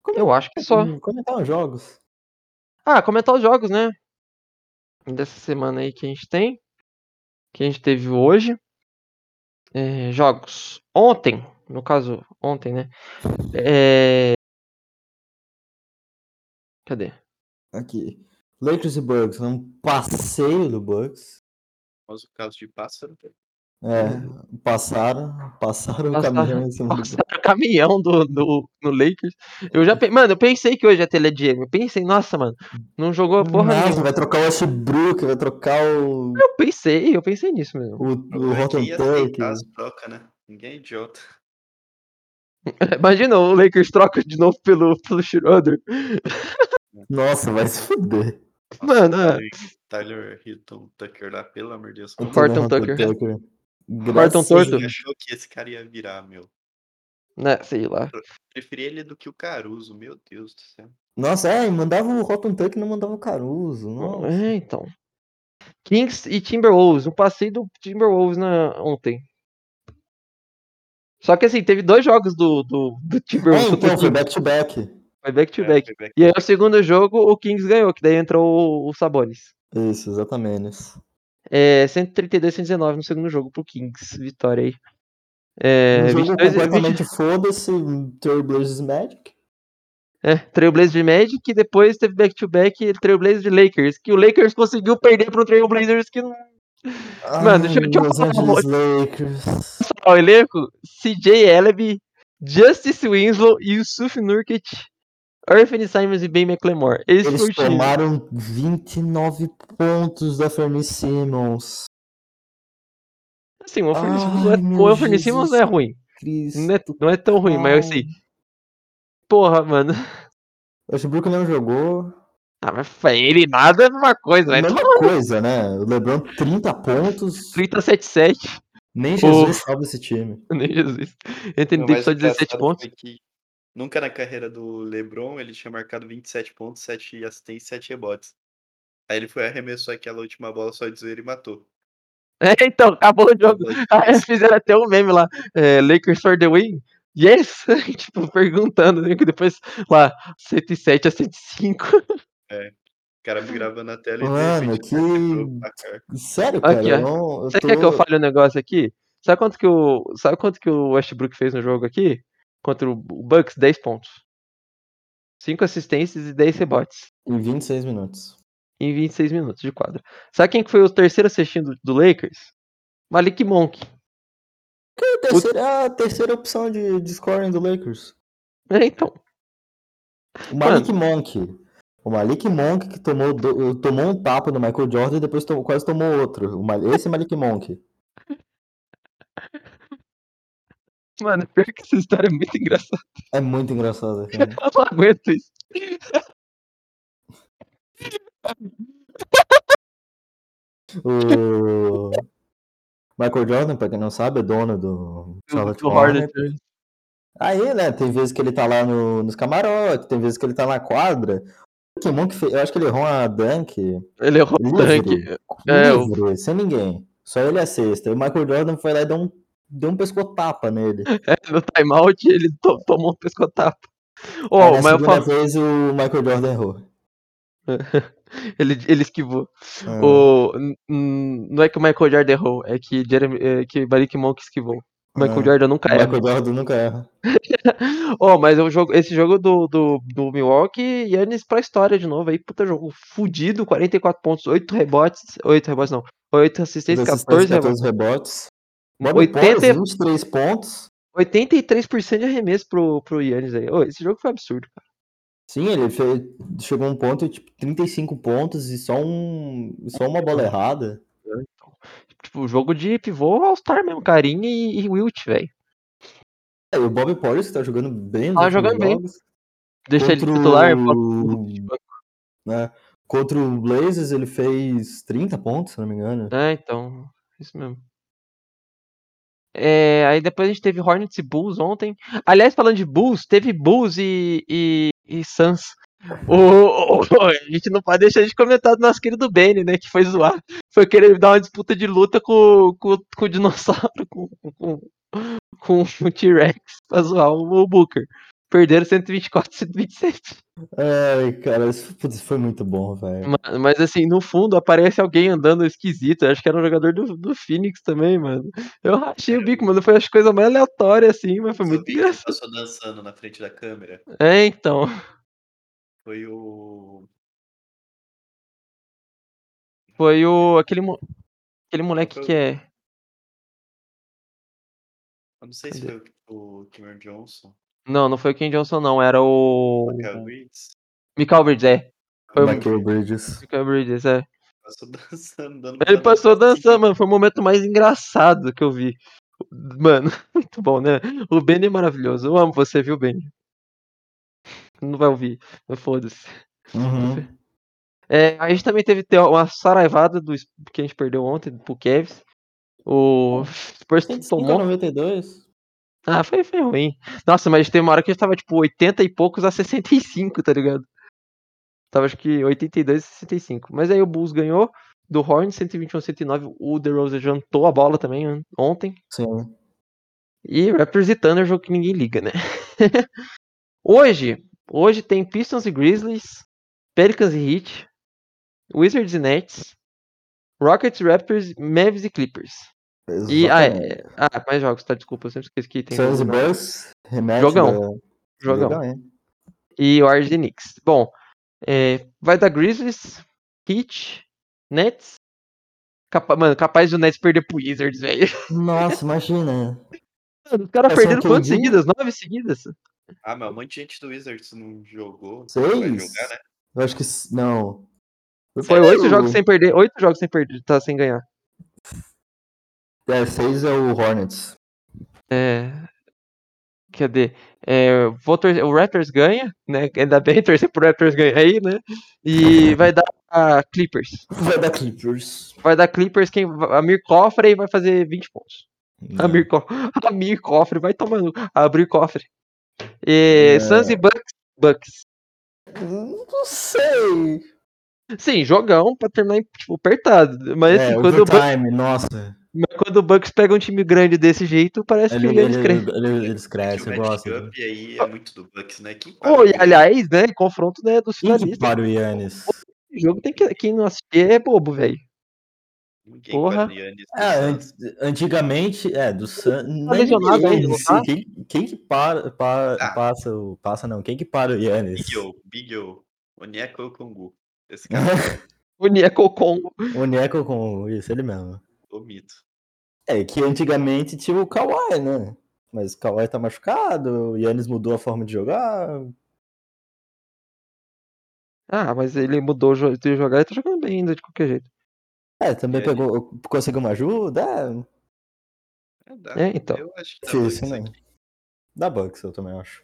Speaker 3: Como-
Speaker 1: eu acho que só.
Speaker 3: Hum, Comentar os jogos.
Speaker 1: Ah, comentar os jogos, né? Dessa semana aí que a gente tem. Que a gente teve hoje. É, jogos. Ontem, no caso, ontem, né? É... Cadê?
Speaker 3: Aqui. Lakers e Bucks, um passeio do Bucks.
Speaker 2: famoso caso de pássaro.
Speaker 3: É, passaram, passaram
Speaker 1: Uhum.
Speaker 3: o
Speaker 1: Passaram-
Speaker 3: caminhão em cima do
Speaker 1: Nossa, o caminhão do, do, no Lakers. Eu já pe- Mano, eu pensei que hoje ia ter LDM. Eu pensei, nossa, mano, não jogou porra
Speaker 3: Nossa,
Speaker 1: nenhuma.
Speaker 3: vai trocar o Westbrook, vai trocar o.
Speaker 1: Eu pensei, eu pensei nisso mesmo.
Speaker 3: O,
Speaker 2: Alguém
Speaker 3: o
Speaker 2: que
Speaker 3: Rotten
Speaker 2: ia
Speaker 3: Tank.
Speaker 2: aceitar as trocas, né? Ninguém é idiota.
Speaker 1: Imagina, o Lakers troca de novo pelo, pelo Schroeder.
Speaker 3: Nossa, vai se fuder.
Speaker 1: Mano, é.
Speaker 2: Tyler, Tyler Hilton Tucker lá, pelo amor de Deus.
Speaker 3: O
Speaker 2: como
Speaker 1: Horton
Speaker 3: Taylor Horton
Speaker 1: Tucker.
Speaker 3: Graças a
Speaker 1: Horton
Speaker 2: Você
Speaker 1: Tucker.
Speaker 3: Deus.
Speaker 2: achou que esse cara ia virar, meu?
Speaker 1: Né, sei lá.
Speaker 2: Preferi ele do que o Caruso, meu Deus do céu.
Speaker 3: Nossa, é, e mandava o Rotten Tucker e não mandava o Caruso. Nossa.
Speaker 1: É, então. Kings e Timberwolves. Um passeio do Timberwolves na... ontem. Só que assim, teve dois jogos do, do, do
Speaker 3: É,
Speaker 1: Timberwolves. contra o
Speaker 3: então, foi
Speaker 1: Kings.
Speaker 3: back to back.
Speaker 1: Foi back to
Speaker 2: É,
Speaker 1: back.
Speaker 2: foi back
Speaker 1: E aí o segundo jogo o Kings ganhou, que daí entrou o, o Sabonis.
Speaker 3: Isso, exatamente.
Speaker 1: É, 132 119 no segundo jogo pro Kings. Vitória aí. É,
Speaker 3: um jogo
Speaker 1: 22
Speaker 3: completamente foda-se, um Trailblazers Magic. né?
Speaker 1: É, Trailblazer de Magic e depois teve back-to-back Trailblazer de Lakers, que o Lakers conseguiu perder pro Trailblazers que não Mano, deixa eu- deixa eu
Speaker 3: Los
Speaker 1: falar uma
Speaker 3: Angeles Lakers.
Speaker 1: tá o elenco. CJ Ellaby, Justice Winslow, Yusuf Nurkic, Anthony Simons e Ben McLemore. Esse foi o
Speaker 3: Eles
Speaker 1: time.
Speaker 3: tomaram 29 pontos da Fermi Simmons.
Speaker 1: Assim, o Anthony Simmons
Speaker 3: Ai,
Speaker 1: não é,
Speaker 3: meu
Speaker 1: o Anthony Simmons não é
Speaker 3: Jesus
Speaker 1: ruim.
Speaker 3: Cristo.
Speaker 1: Não é, não é tão ruim, mas assim, porra, mano.
Speaker 3: Westbrook não jogou.
Speaker 1: Ah, mas foi ele nada é uma coisa, vai
Speaker 3: Mesma
Speaker 1: tomar
Speaker 3: coisa, né? O LeBron 30 pontos.
Speaker 1: 37
Speaker 3: Nem Jesus salva esse time.
Speaker 1: Nem né, Jesus. Anthony
Speaker 2: Não,
Speaker 1: Davis
Speaker 2: mas
Speaker 1: só
Speaker 2: o engraçado
Speaker 1: 17 pontos.
Speaker 2: foi que nunca na carreira do LeBron ele tinha marcado 27 pontos, 7 assistências e 7 rebotes. Aí ele foi arremessou aquela última bola só de zoeira e matou.
Speaker 1: É, então, acabou o jogo. Ah, é,
Speaker 2: Mas,
Speaker 1: fizeram até um meme lá, é, Lakers for the win. Yes! tipo, perguntando, né, que depois lá, 107 a 105.
Speaker 2: O cara gravando na tela e de
Speaker 3: Mano,
Speaker 2: repente,
Speaker 3: que-
Speaker 2: quebrou o placar.
Speaker 3: Sério,
Speaker 1: Aqui,
Speaker 3: cara?
Speaker 1: ó.
Speaker 3: eu não- eu
Speaker 1: Você
Speaker 3: tô-
Speaker 1: quer que eu fale um negócio aqui? Sabe quanto que o, sabe quanto que o Westbrook fez no jogo aqui? Contra o Bu- Bucks, 10 pontos. 5 assistências e 10 rebotes
Speaker 3: Em 26 minutos.
Speaker 1: em 26 minutos de quadra. Sabe quem que foi o terceiro assistindo do Lakers? Malik Monk.
Speaker 3: Que é a terceira, é a terceira opção de, de scoring do Lakers.
Speaker 1: É, então,
Speaker 3: O Malik Monk. O Malik Monk que tomou, do- tomou um tapa no Michael Jordan e depois tomou- quase tomou outro. O Mal- Esse Malik Monk.
Speaker 1: mano, pior que essa história é muito engraçada.
Speaker 3: É muito engraçado. Cara.
Speaker 1: Eu não aguento isso.
Speaker 3: O Michael Jordan, pra quem não sabe, é dono do Charlotte
Speaker 1: Do
Speaker 3: Hornets.
Speaker 1: Hornets.
Speaker 3: Aí, né, tem vezes que ele tá lá no, nos camarotes, tem vezes que ele tá na quadra. O Kimon que fez, eu acho que ele errou uma dunk
Speaker 1: Ele errou o tanque.
Speaker 3: Livre.
Speaker 1: É, o-
Speaker 3: livre, sem ninguém. Só ele é sexta. E o Michael Jordan foi lá e deu um, deu um pescotapa nele.
Speaker 1: É, no timeout ele to- tomou um pescotapa.
Speaker 3: Aí,
Speaker 1: Oh,
Speaker 3: na
Speaker 1: mas eu
Speaker 3: segunda
Speaker 1: falo,
Speaker 3: vez o Michael Jordan errou.
Speaker 1: ele, ele esquivou.
Speaker 3: Ah,
Speaker 1: O, n- n- não é que o Michael Jordan errou, é que, Jeremy, é que Barik Monk esquivou. O Michael
Speaker 3: Ah.
Speaker 1: Jordan nunca
Speaker 3: o
Speaker 1: erra.
Speaker 3: Michael Jordan nunca erra.
Speaker 1: Oh, mas o jogo, esse jogo do, do, do Milwaukee, Yannis pra história de novo aí, puta jogo um fudido, 44 pontos, 8 rebotes, 8 rebotes não, 8 assistências, 14 rebotes,
Speaker 3: 14 rebotes. Bob Porras,
Speaker 1: 80,
Speaker 3: 23 pontos.
Speaker 1: 83% de arremesso pro, pro Yannis aí. Ô, esse jogo foi absurdo.
Speaker 3: Sim, ele fez, chegou a um ponto, tipo, 35 pontos e só, um, só uma bola errada.
Speaker 1: Tipo, jogo de pivô All-Star mesmo, Carinha e, e Wilt, velho.
Speaker 3: É, e o Bob Porras que tá jogando bem. nos
Speaker 1: Tá
Speaker 3: últimos
Speaker 1: jogando bem.
Speaker 3: jogos.
Speaker 1: Deixa ele
Speaker 3: Contra
Speaker 1: titular, bota
Speaker 3: o- né, Contra o Blazers ele fez 30 pontos, se não me engano.
Speaker 1: É, então, isso mesmo. É, aí depois a gente teve Hornets e Bulls ontem. Aliás, falando de Bulls, teve Bulls e, e, e Suns. O, o- o- a gente não pode deixar de comentar do nosso querido Bane, né? Que foi zoar. Foi querer dar uma disputa de luta com, com, com o dinossauro, com, com, com o T-Rex pra zoar o, o Booker. Perderam 124, 127.
Speaker 3: Ai, cara, isso putz, foi muito bom, velho.
Speaker 1: Ma- Mas assim, no fundo aparece alguém andando esquisito. Eu acho que era um jogador do, do Phoenix também, mano. Eu achei o bico, mano. Foi as coisas mais aleatórias, assim, mas foi
Speaker 2: Mas o
Speaker 1: muito
Speaker 2: vídeo que
Speaker 1: engraçado.
Speaker 2: passou dançando na frente da câmera.
Speaker 1: É, então.
Speaker 2: Foi o.
Speaker 1: Foi o. aquele, mo- aquele moleque que é.
Speaker 2: Eu não sei se
Speaker 1: Cadê?
Speaker 2: foi o o Cameron Johnson.
Speaker 1: Não, não foi o Ken Johnson, não. Era o.
Speaker 2: Michael Reeds.
Speaker 1: Michael Bridges, é. né? Foi o
Speaker 3: Michael Bridges.
Speaker 1: Michael Bridges, é.
Speaker 2: Passou dançando, dando
Speaker 1: Ele
Speaker 2: banana
Speaker 1: passou
Speaker 2: pra cima.
Speaker 1: dançando, mano. Foi o momento mais engraçado que eu vi. Mano, muito bom, né? O Benny é maravilhoso. Eu amo você, viu, Benny? Não vai ouvir. mas Foda-se.
Speaker 3: Uhum.
Speaker 1: É, a gente também teve te- uma saraivada do, Sp- que a gente perdeu ontem pro Cavs. O Spurs tomou.
Speaker 3: 92?
Speaker 1: Ah, foi, foi ruim. Nossa, mas tem uma hora que a gente tava tipo 80 e poucos a 65, tá ligado? Tava acho que 82 a 65. Mas aí o Bulls ganhou do Horn 121 a 109. O DeRozan jantou a bola também on- ontem.
Speaker 3: Sim.
Speaker 1: E Raptors e Thunder, é jogo que ninguém liga, né? hoje, hoje tem Pistons e Grizzlies, Pelicans e Heat, Wizards e Nets, Rockets, Raptors, Mavs e Clippers. E ah,
Speaker 3: Exatamente.
Speaker 1: é, ah, mais jogos, tá? Desculpa, eu sempre esqueci que tem
Speaker 3: Suns e
Speaker 1: jogo, né?
Speaker 3: Bulls, rematch
Speaker 1: Jogão.
Speaker 3: da-
Speaker 1: jogão.
Speaker 3: Legal, hein?
Speaker 1: E o e Knicks. Bom, é, vai dar Grizzlies, Heat, Nets. Capa- mano, capaz do Nets perder pro Wizards, velho.
Speaker 3: Nossa, imagina.
Speaker 1: Os caras
Speaker 3: É, só
Speaker 1: perderam
Speaker 3: que
Speaker 1: quantas
Speaker 3: alguém-
Speaker 1: seguidas? Nove seguidas?
Speaker 2: Ah, mas um monte de gente do Wizards não jogou. Não vai
Speaker 3: Seis?
Speaker 2: jogar, né?
Speaker 3: Eu acho que. s- Não.
Speaker 1: Foi oito
Speaker 3: Sério?
Speaker 1: jogos sem perder, oito jogos sem perder, tá sem ganhar.
Speaker 3: É, seis é o Hornets.
Speaker 1: É. Cadê? É, vou torcer- o Raptors ganha, né? Ainda bem torcer pro Raptors ganhar aí, né? E vai dar a Clippers.
Speaker 3: Vai dar Clippers.
Speaker 1: Vai dar Clippers quem a Mir Cofre e vai fazer 20 pontos. A Mir, Co- a Mir Cofre vai tomando, abrir cofre. E
Speaker 3: É.
Speaker 1: Suns e Bucks, Bucks.
Speaker 3: Não sei.
Speaker 1: Sim, jogão pra terminar tipo, apertado, mas
Speaker 3: é,
Speaker 1: assim, quando o, Bucks,
Speaker 3: overtime, nossa.
Speaker 1: mas quando o Bucks pega um time grande desse jeito, parece
Speaker 3: Ele,
Speaker 1: que
Speaker 3: ele,
Speaker 1: eles crescem.
Speaker 3: ele- ele- eles
Speaker 1: É,
Speaker 3: crescem, eu
Speaker 2: o
Speaker 3: gosto.
Speaker 2: matchup e aí é muito do Bucks, né? Quem para
Speaker 1: Oh, né? e,
Speaker 2: o-
Speaker 1: aliás, né, confronto né, dos
Speaker 3: Quem
Speaker 1: finalistas.
Speaker 3: para o Yannis?
Speaker 1: O jogo tem que quem não assistir é bobo, velho.
Speaker 2: ninguém
Speaker 1: porra.
Speaker 2: para o Giannis,
Speaker 3: É,
Speaker 2: né?
Speaker 3: an- antigamente, é, do Sun. na
Speaker 1: Tá lesionado
Speaker 3: NBA,
Speaker 1: ainda, não tá?
Speaker 3: Quem, quem que para, para-
Speaker 2: Ah.
Speaker 3: passa o. Passa não, quem que para o Yannis?
Speaker 2: Big O, Big O. Onyeka Okongu. Esse cara é
Speaker 1: O Nieko Congo.
Speaker 3: o Neco com isso, ele mesmo.
Speaker 2: é o mito.
Speaker 3: É, que antigamente tinha o Kawhi, né? Mas o Kawhi tá machucado, o Yannis mudou a forma de jogar.
Speaker 1: Ah, mas ele mudou o jeito de jogar e tá jogando bem ainda, de qualquer jeito.
Speaker 3: É, também
Speaker 2: É.
Speaker 3: pegou, conseguiu uma ajuda, é,
Speaker 2: É, dá.
Speaker 1: É, então.
Speaker 2: Eu acho que dá Bucks
Speaker 3: difícil, né?
Speaker 2: aqui.
Speaker 3: Da Bucks, eu também acho.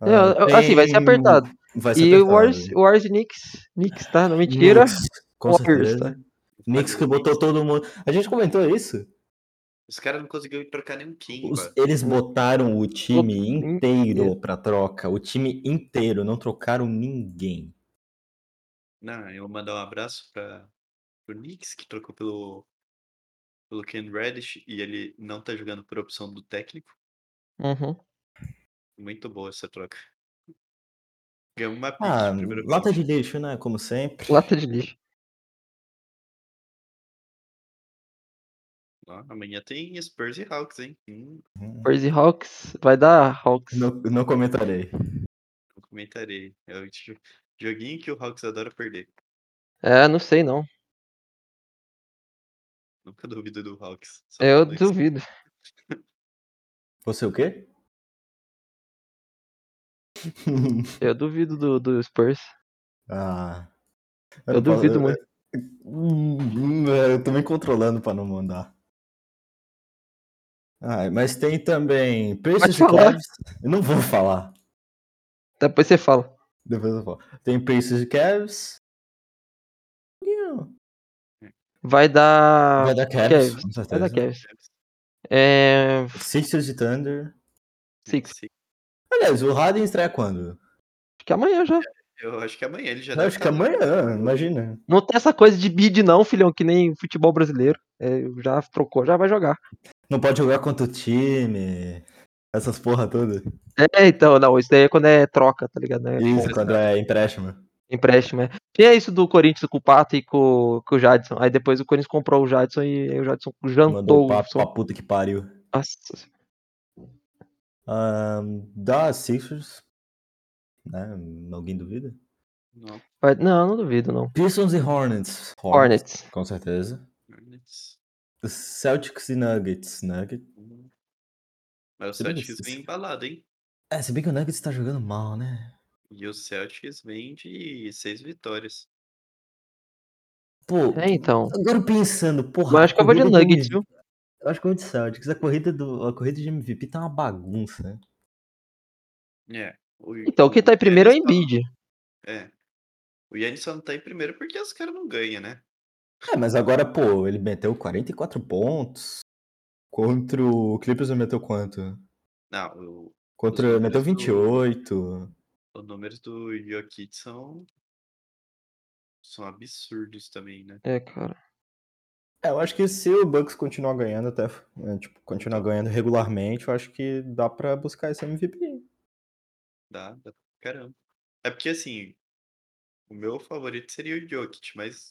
Speaker 1: É, eu- assim, vai ser
Speaker 3: Ah, tem-
Speaker 1: apertado.
Speaker 3: Vai ser
Speaker 1: E
Speaker 3: apertado.
Speaker 1: o Warriors, o Warriors e Knicks. Knicks, tá? Não mentira.
Speaker 3: Knicks, com
Speaker 1: Warriors,
Speaker 3: certeza.
Speaker 1: tá?
Speaker 3: Knicks que botou todo mundo. A gente comentou isso?
Speaker 2: Os caras não conseguiram trocar nenhum King,
Speaker 3: Os-
Speaker 2: mano.
Speaker 3: eles botaram o time inteiro
Speaker 1: inteiro.
Speaker 3: pra troca. O time inteiro, não trocaram ninguém.
Speaker 2: Não, eu vou mandar um abraço para o Knicks, que trocou pelo, pelo Ken Reddish, e ele não tá jogando por opção do técnico.
Speaker 1: Uhum.
Speaker 2: Muito boa essa troca. Ganhou uma pick
Speaker 3: Ah,
Speaker 2: em primeiro
Speaker 3: lata
Speaker 2: round.
Speaker 3: de lixo, né? Como sempre.
Speaker 1: Lata de lixo.
Speaker 2: Ó, amanhã tem Spurs e Hawks, hein? Hum,
Speaker 1: Warriors e Hawks. Vai dar Hawks.
Speaker 3: Não, não comentarei.
Speaker 2: eu comentarei. É o jo- joguinho que o Hawks adora perder.
Speaker 1: É, não sei não.
Speaker 2: Nunca duvido do Hawks. Só
Speaker 1: Eu
Speaker 2: falando isso.
Speaker 1: duvido.
Speaker 3: Você o quê?
Speaker 1: Eu duvido do, do Spurs.
Speaker 3: ah.
Speaker 1: Eu
Speaker 3: não é. posso-
Speaker 1: duvido muito.
Speaker 3: Hum, é, Eu tô me controlando pra não mandar. Ah, mas tem também Pacers e
Speaker 1: falar.
Speaker 3: Cavs. Eu não vou falar.
Speaker 1: Depois você fala.
Speaker 3: Depois eu falo. Tem Pacers e Cavs. Não.
Speaker 1: Vai dar.
Speaker 3: Vai dar Cavs,
Speaker 1: Cavs.
Speaker 3: com
Speaker 1: Ah, Vai
Speaker 3: certeza.
Speaker 1: dar Cavs. É.
Speaker 3: Sixers e Thunder.
Speaker 1: Six.
Speaker 3: Aliás, o Harden estreia quando?
Speaker 1: Acho que amanhã já.
Speaker 2: Eu acho que amanhã ele já
Speaker 3: Eu
Speaker 2: deve
Speaker 3: acho que é
Speaker 2: tá lá.
Speaker 3: amanhã, imagina.
Speaker 1: Não tem essa coisa de bid, não, filhão, que nem futebol brasileiro. É, já trocou, já vai jogar.
Speaker 3: Não pode jogar contra o time. Essas porra toda.
Speaker 1: É, então, não, isso daí é quando é troca, tá ligado? É
Speaker 3: Isso,
Speaker 1: compra,
Speaker 3: quando é empréstimo.
Speaker 1: empréstimo, é. Tinha isso do Corinthians com o Pato e com, com o Jadson. Aí depois o Corinthians comprou o Jadson e aí o Jadson
Speaker 3: Mandou
Speaker 1: jantou.
Speaker 3: o
Speaker 1: o
Speaker 3: papo
Speaker 1: São-
Speaker 3: pra puta que pariu.
Speaker 1: Nossa Senhora.
Speaker 3: Ahn, da Sixers. Né? Alguém duvida?
Speaker 2: Não,
Speaker 1: Mas- Não, não duvido, não.
Speaker 3: Pistons e Hornets.
Speaker 1: Hornets.
Speaker 3: Com certeza.
Speaker 2: Hornets.
Speaker 3: Celtics e Nuggets. Nuggets.
Speaker 2: Hum. Mas o
Speaker 3: Se bem que
Speaker 2: Celtics
Speaker 3: esse-
Speaker 2: vem embalado, hein?
Speaker 3: É, se bem que o Nuggets tá jogando mal, né?
Speaker 2: E o Celtics vem de seis vitórias.
Speaker 3: Pô,
Speaker 1: É, então.
Speaker 3: agora pensando, porra. é
Speaker 1: Mas acho que eu vou de
Speaker 3: a corrida
Speaker 1: Nuggets,
Speaker 3: MV
Speaker 1: viu?
Speaker 3: Eu acho que eu vou de Celtics. A corrida, do, a corrida de MVP tá uma bagunça, né?
Speaker 2: É. O,
Speaker 1: Então, quem tá em primeiro é o
Speaker 2: Giannis só-
Speaker 1: Embiid.
Speaker 2: É. O Yannis só não tá em primeiro porque os caras não ganham, né?
Speaker 3: É, mas agora, pô, ele meteu 44 pontos. Contra o Clippers ele meteu quanto?
Speaker 2: Não, Ah, o,
Speaker 3: Contra.
Speaker 2: Os
Speaker 3: Meteu
Speaker 2: números do-
Speaker 3: 28.
Speaker 2: os números do Jokic são. São absurdos também, né?
Speaker 1: É, cara.
Speaker 3: É, eu acho que se o Bucks continuar ganhando até, né, tipo, continuar ganhando regularmente, eu acho que dá pra buscar esse MVP.
Speaker 2: Dá, dá pra caramba. É porque assim, o meu favorito seria o Jokic, mas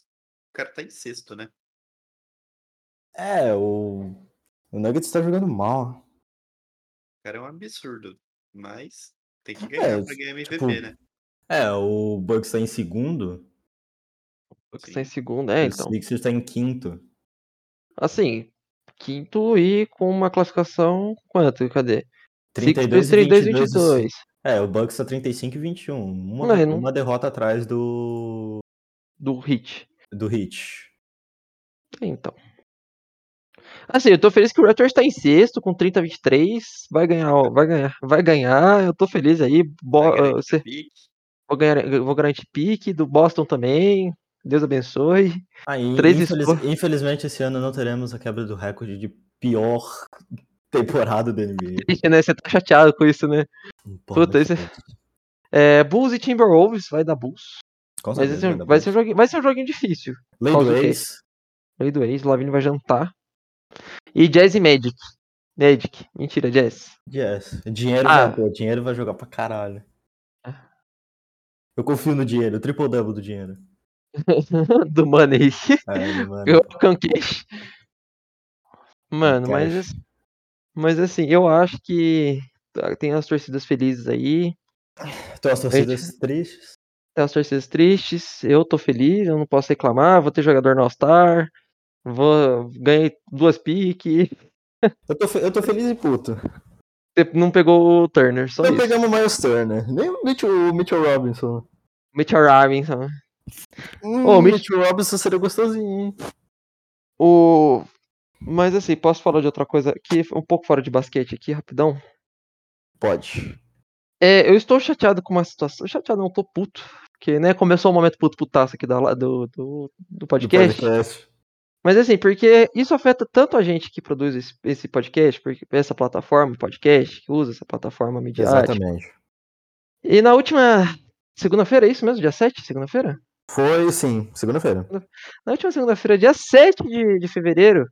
Speaker 2: o cara tá em sexto, né?
Speaker 3: É, o, o Nuggets tá jogando mal.
Speaker 2: O cara é um absurdo, mas tem que
Speaker 3: É,
Speaker 2: ganhar pra ganhar MVP,
Speaker 3: tipo,
Speaker 2: né?
Speaker 3: É, o Bucks tá em segundo,
Speaker 1: O que
Speaker 2: Sim.
Speaker 1: tá em segundo, é,
Speaker 3: o
Speaker 1: então.
Speaker 3: Sixers tá em quinto.
Speaker 1: Assim, quinto e com uma classificação. Quanto? Cadê?
Speaker 3: 32
Speaker 1: Sixers,
Speaker 3: e 22.
Speaker 1: 22.
Speaker 3: É, o Bucks tá 35 e 21. Uma,
Speaker 1: Não, eu não-
Speaker 3: uma derrota atrás do,
Speaker 1: Do Hit.
Speaker 3: do Heat.
Speaker 1: Então. Assim, eu tô feliz que o Raptors tá em sexto com 30 23. Vai ganhar, ó, vai ganhar, vai ganhar. Eu tô feliz aí. Bo
Speaker 2: Vai garantir
Speaker 1: ah, você-
Speaker 2: pique.
Speaker 1: vou, ganhar, vou garantir pique do Boston também. Deus abençoe.
Speaker 3: Aí,
Speaker 1: Três
Speaker 3: infeliz-
Speaker 1: espo-
Speaker 3: infelizmente, esse ano não teremos a quebra do recorde de pior temporada do NBA.
Speaker 1: Triste, né? Você tá chateado com isso, né?
Speaker 3: Porra,
Speaker 1: Puta,
Speaker 3: muito
Speaker 1: esse-
Speaker 3: forte.
Speaker 1: É, Bulls e Timberwolves, vai dar Bulls.
Speaker 3: Com
Speaker 1: Mas
Speaker 3: certeza
Speaker 1: esse é um-
Speaker 3: dar
Speaker 1: vai,
Speaker 3: bom.
Speaker 1: ser um joguinho, vai ser um joguinho difícil.
Speaker 3: Lei
Speaker 1: Causa
Speaker 3: do
Speaker 1: o quê?
Speaker 3: ex.
Speaker 1: Lei do ex, Lavigne vai jantar. E Jazz e Magic. Magic. Mentira, Jazz.
Speaker 3: Yes. Dinheiro,
Speaker 1: Ah.
Speaker 3: vai, pô, dinheiro vai jogar pra caralho.
Speaker 1: Ah.
Speaker 3: Eu confio no dinheiro, o triple double do dinheiro.
Speaker 1: Do Money.
Speaker 3: É, mano.
Speaker 1: Eu Kankesh. Mano, mas,
Speaker 3: Cash.
Speaker 1: ass- mas assim, eu acho que tá- tem as torcidas felizes aí,
Speaker 3: Então as torcidas tristes.
Speaker 1: tem as torcidas tristes. Eu tô feliz, eu não posso reclamar. Vou ter jogador no All-Star. Vou, ganhei duas piques.
Speaker 3: Eu tô, fe- eu tô feliz e puto.
Speaker 1: Você Não pegou o Turner, só
Speaker 3: Não
Speaker 1: isso.
Speaker 3: pegamos o Miles Turner. Nem o Mitchell, o Mitchell Robinson.
Speaker 1: Mitchell Robinson.
Speaker 3: Hum,
Speaker 1: Ô,
Speaker 3: o
Speaker 1: Mitch-
Speaker 3: Mitchell Robinson seria gostosinho, hein?
Speaker 1: O... Mas assim, posso falar de outra coisa aqui, um pouco fora de basquete aqui, rapidão?
Speaker 3: Pode.
Speaker 1: É, eu estou chateado com uma situação. Chateado, não, tô puto. Porque, né, começou o momento puto putaço aqui da, la- do, do, do
Speaker 3: Do
Speaker 1: podcast. é.
Speaker 3: podcast.
Speaker 1: Mas assim, porque isso afeta tanto a gente que produz esse, esse podcast, porque essa plataforma, podcast, que usa essa plataforma midiática.
Speaker 3: Exatamente.
Speaker 1: E na última segunda-feira, é isso mesmo? Dia 7, segunda-feira?
Speaker 3: Foi, sim, segunda-feira.
Speaker 1: Na última segunda-feira, dia 7 de, de fevereiro,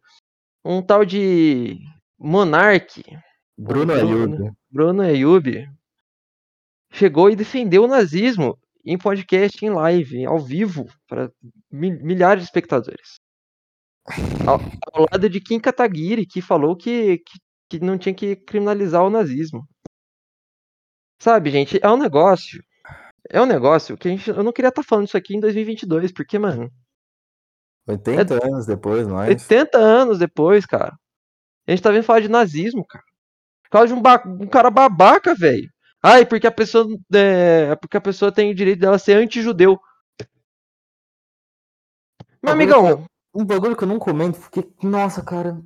Speaker 1: um tal de Monark, Bruno.
Speaker 3: Bruno
Speaker 1: né?
Speaker 3: Ayub.
Speaker 1: Bruno Ayub, chegou e defendeu o nazismo em podcast, em live, ao vivo, para mi- milhares de espectadores. Ao, ao lado de Kim Kataguiri, que falou que, que, que não tinha que criminalizar o nazismo. Sabe, gente, é um negócio. É um negócio que a gente, eu não queria estar falando isso aqui em 2022, porque, mano,
Speaker 3: 80
Speaker 1: É
Speaker 3: anos depois, nós.
Speaker 1: 80 anos depois, cara. A gente tá vendo falar de nazismo, cara. Por causa de um, ba- um cara babaca, velho. Ai, porque a pessoa. É, porque a pessoa tem o direito dela ser anti-judeu. Meu
Speaker 3: Agora
Speaker 1: amigão,
Speaker 3: Um bagulho que eu não comento, porque, nossa, cara,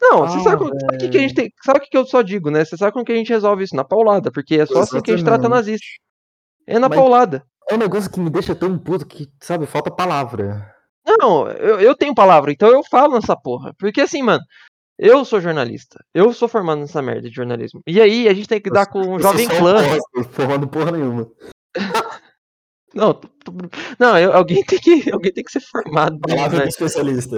Speaker 1: não, você
Speaker 3: Ah,
Speaker 1: sabe, como- sabe o que, que a gente tem. Sabe o que que eu só digo, né? Você sabe como que a gente resolve isso? Na paulada, porque é só assim que a gente trata
Speaker 3: Exatamente.
Speaker 1: nazista. É na
Speaker 3: Mas-
Speaker 1: paulada.
Speaker 3: É um negócio que me deixa tão puto que, sabe, falta palavra.
Speaker 1: Não, eu, eu tenho palavra, então eu falo nessa porra. Porque assim, mano, Eu sou jornalista. Eu sou formado nessa merda de jornalismo. E aí a gente tem que dar com um
Speaker 3: Eu
Speaker 1: jovem
Speaker 3: sou só um
Speaker 1: clã.
Speaker 3: bosta, Formando porra nenhuma.
Speaker 1: Não, tu- tu- não eu- alguém, tem que, alguém tem que ser formado.
Speaker 3: Palavra
Speaker 1: né?
Speaker 3: do especialista.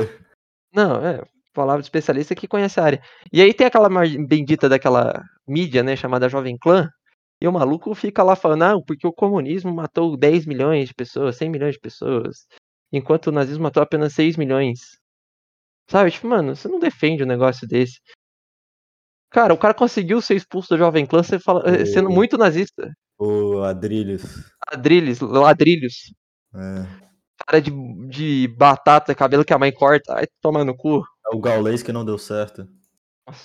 Speaker 1: Não, é. Palavra de especialista que conhece a área. E aí tem aquela mar- bendita daquela mídia, né, chamada Jovem Clã. E o maluco fica lá falando, ah, porque o comunismo matou 10 milhões de pessoas, 100 milhões de pessoas, enquanto o nazismo matou apenas 6 milhões. Sabe, tipo, mano, você não defende um negócio desse. Cara, o cara conseguiu ser expulso do Jovem Clã você fala- eh, sendo
Speaker 3: O-
Speaker 1: muito nazista.
Speaker 3: O Adrilhos.
Speaker 1: Ladrilhos, ladrilhos.
Speaker 3: É.
Speaker 1: Cara de, de batata, cabelo que a mãe corta. Ai, toma no cu.
Speaker 3: É o Gaulês que não deu certo.
Speaker 1: Ainda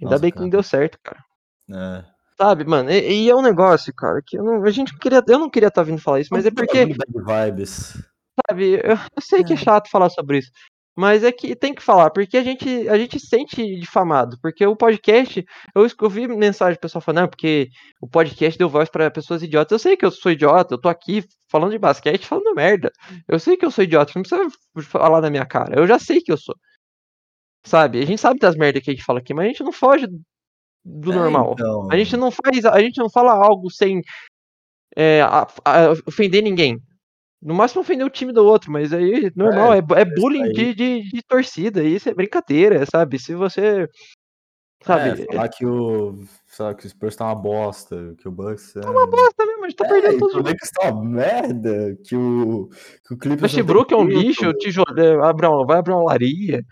Speaker 3: Nossa,
Speaker 1: bem que
Speaker 3: cara.
Speaker 1: não deu certo, cara.
Speaker 3: É.
Speaker 1: Sabe, mano, e, e é um negócio, cara, que eu não, a gente não queria, eu não queria estar vindo falar isso, mas é porque,
Speaker 3: Bad vibes.
Speaker 1: sabe, eu, eu sei que é chato falar sobre isso, mas é que tem que falar, porque a gente, a gente sente difamado, porque o podcast, eu, escu- eu vi mensagem do pessoal falando, não, porque o podcast deu voz para pessoas idiotas, eu sei que eu sou idiota, eu tô aqui falando de basquete, falando merda, eu sei que eu sou idiota, não precisa falar na minha cara, eu já sei que eu sou, sabe, a gente sabe das merdas que a gente fala aqui, mas a gente não foge do
Speaker 3: É,
Speaker 1: normal.
Speaker 3: então,
Speaker 1: A gente não faz, a gente não fala algo sem é, a- a- ofender ninguém. No máximo ofender o time do outro, mas aí normal, é, bu- é bullying
Speaker 3: aí.
Speaker 1: de, de, de torcida, isso é brincadeira, sabe? Se você. Sabe?
Speaker 3: é,
Speaker 1: É,
Speaker 3: falar que o. Sabe, que o Spurs tá uma bosta, que o Bucks é. uma bosta,
Speaker 1: bosta mesmo, a gente tá perdendo todos
Speaker 3: que o
Speaker 1: os jogos.
Speaker 3: Lakers tá uma merda, que o. Que o Clippers. não tem
Speaker 1: Westbrook é um
Speaker 3: título.
Speaker 1: lixo, o tijolão abre uma- vai abrir uma laria,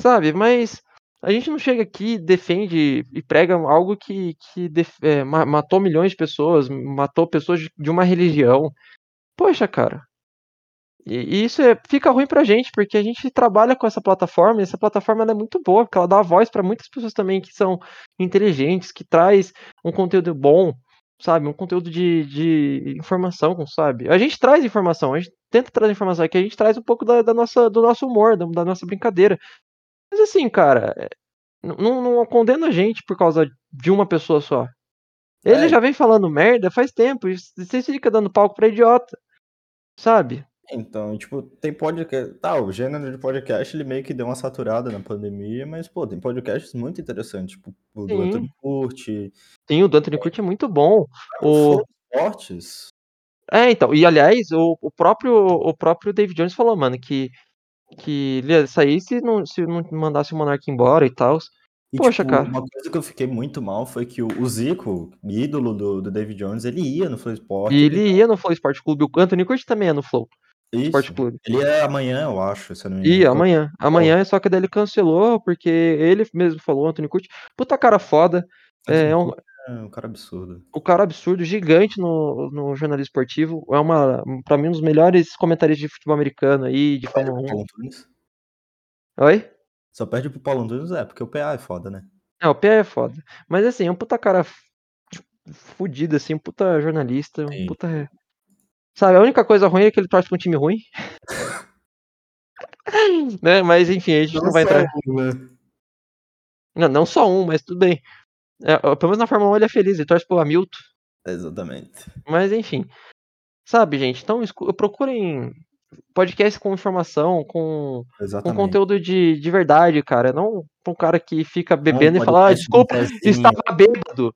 Speaker 1: sabe? Mas a gente não chega aqui, defende e prega algo que, que def- é, ma- matou milhões de pessoas, matou pessoas de- de uma religião. Poxa, cara. E e isso é- fica ruim pra gente, porque a gente trabalha com essa plataforma, e essa plataforma ela é muito boa, porque ela dá voz pra muitas pessoas também que são inteligentes, que traz um conteúdo bom, sabe? Um conteúdo de, de informação, sabe? A gente traz informação, a gente tenta trazer informação, é que a gente traz um pouco da, da nossa, do nosso humor, da, da nossa brincadeira. Mas assim, cara, é, n- não, não condena a gente por causa de uma pessoa só. Ele
Speaker 3: É.
Speaker 1: já vem falando merda faz tempo, e você fica dando palco pra idiota, sabe?
Speaker 3: Então, tipo, tem podcast. Tá, o gênero de podcast ele meio que deu uma saturada na pandemia, mas, pô, tem podcasts muito interessantes. Tipo, o do
Speaker 1: Sim.
Speaker 3: Anthony Curti,
Speaker 1: Sim, o do Anthony Curti é muito bom. O...
Speaker 3: Foram fortes.
Speaker 1: É, então, e aliás, o, o próprio, o próprio David Jones falou, mano, que, que ele ia sair se não, se não mandasse o Monark embora e tal.
Speaker 3: E, tipo,
Speaker 1: Poxa, cara.
Speaker 3: Uma coisa que eu fiquei muito mal foi que o o Zico, ídolo do, do David Jones, ele ia no Flow Sport.
Speaker 1: E ele ia no Flow Esporte Clube. O Anthony Curti também é no Flow
Speaker 3: Isso.
Speaker 1: Esporte Clube.
Speaker 3: Ele ia amanhã, então. eu acho, se eu não me
Speaker 1: E
Speaker 3: engano.
Speaker 1: amanhã. Amanhã, só que daí ele cancelou, porque ele mesmo falou, Anthony Curti. Puta cara foda. É, é um,
Speaker 3: É um cara absurdo.
Speaker 1: o cara absurdo, gigante no, no jornalismo esportivo. É uma, pra mim, um dos melhores comentaristas de futebol americano aí, de
Speaker 3: Perde
Speaker 1: Fórmula
Speaker 3: pro Paulo Antunes?
Speaker 1: 1. Oi?
Speaker 3: Só
Speaker 1: Tá
Speaker 3: perde pro Paulo Antunes, é, porque o PA é foda, né?
Speaker 1: É, o Pierre é foda. Mas assim, é um puta cara f- tipo, fudido, assim, um puta jornalista, um
Speaker 3: Sim.
Speaker 1: puta. Sabe, a única coisa ruim é que ele torce pra um time ruim. né? Mas enfim, a gente não, vai entrar.
Speaker 3: né?
Speaker 1: Não, não só um, mas tudo bem. É, ó, pelo menos na Fórmula 1 ele é feliz, ele torce pro Hamilton.
Speaker 3: Exatamente.
Speaker 1: Mas enfim. Sabe, gente? Então escu- procurem podcast com informação, com, com
Speaker 3: Exatamente.
Speaker 1: Um conteúdo de, de verdade, cara. Não pra um cara que fica
Speaker 3: Não é um
Speaker 1: bebendo e fala, ah,
Speaker 3: podcast de
Speaker 1: desculpa,
Speaker 3: cafezinho,
Speaker 1: Estava bêbado.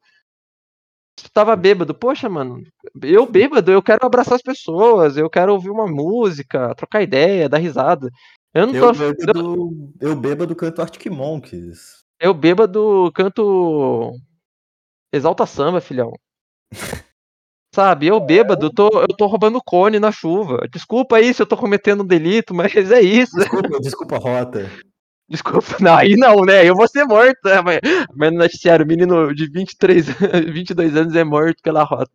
Speaker 1: Estava bêbado. Poxa, mano, eu bêbado, eu quero abraçar as pessoas, eu quero ouvir uma música, trocar ideia, dar risada. Eu não tô.
Speaker 3: Eu
Speaker 1: af-
Speaker 3: bebo, do, eu bebo do canto Arctic Monkeys.
Speaker 1: Eu bêbado canto. Exalta samba, filhão. Sabe, eu bêbado, tô, eu tô roubando cone na chuva. Desculpa aí se eu tô cometendo um delito, mas é isso.
Speaker 3: Desculpa, desculpa a rota.
Speaker 1: Desculpa, não, aí não, né? Eu vou ser morto. né? Mas, mas no noticiário, o menino de 23, 22 anos é morto pela rota.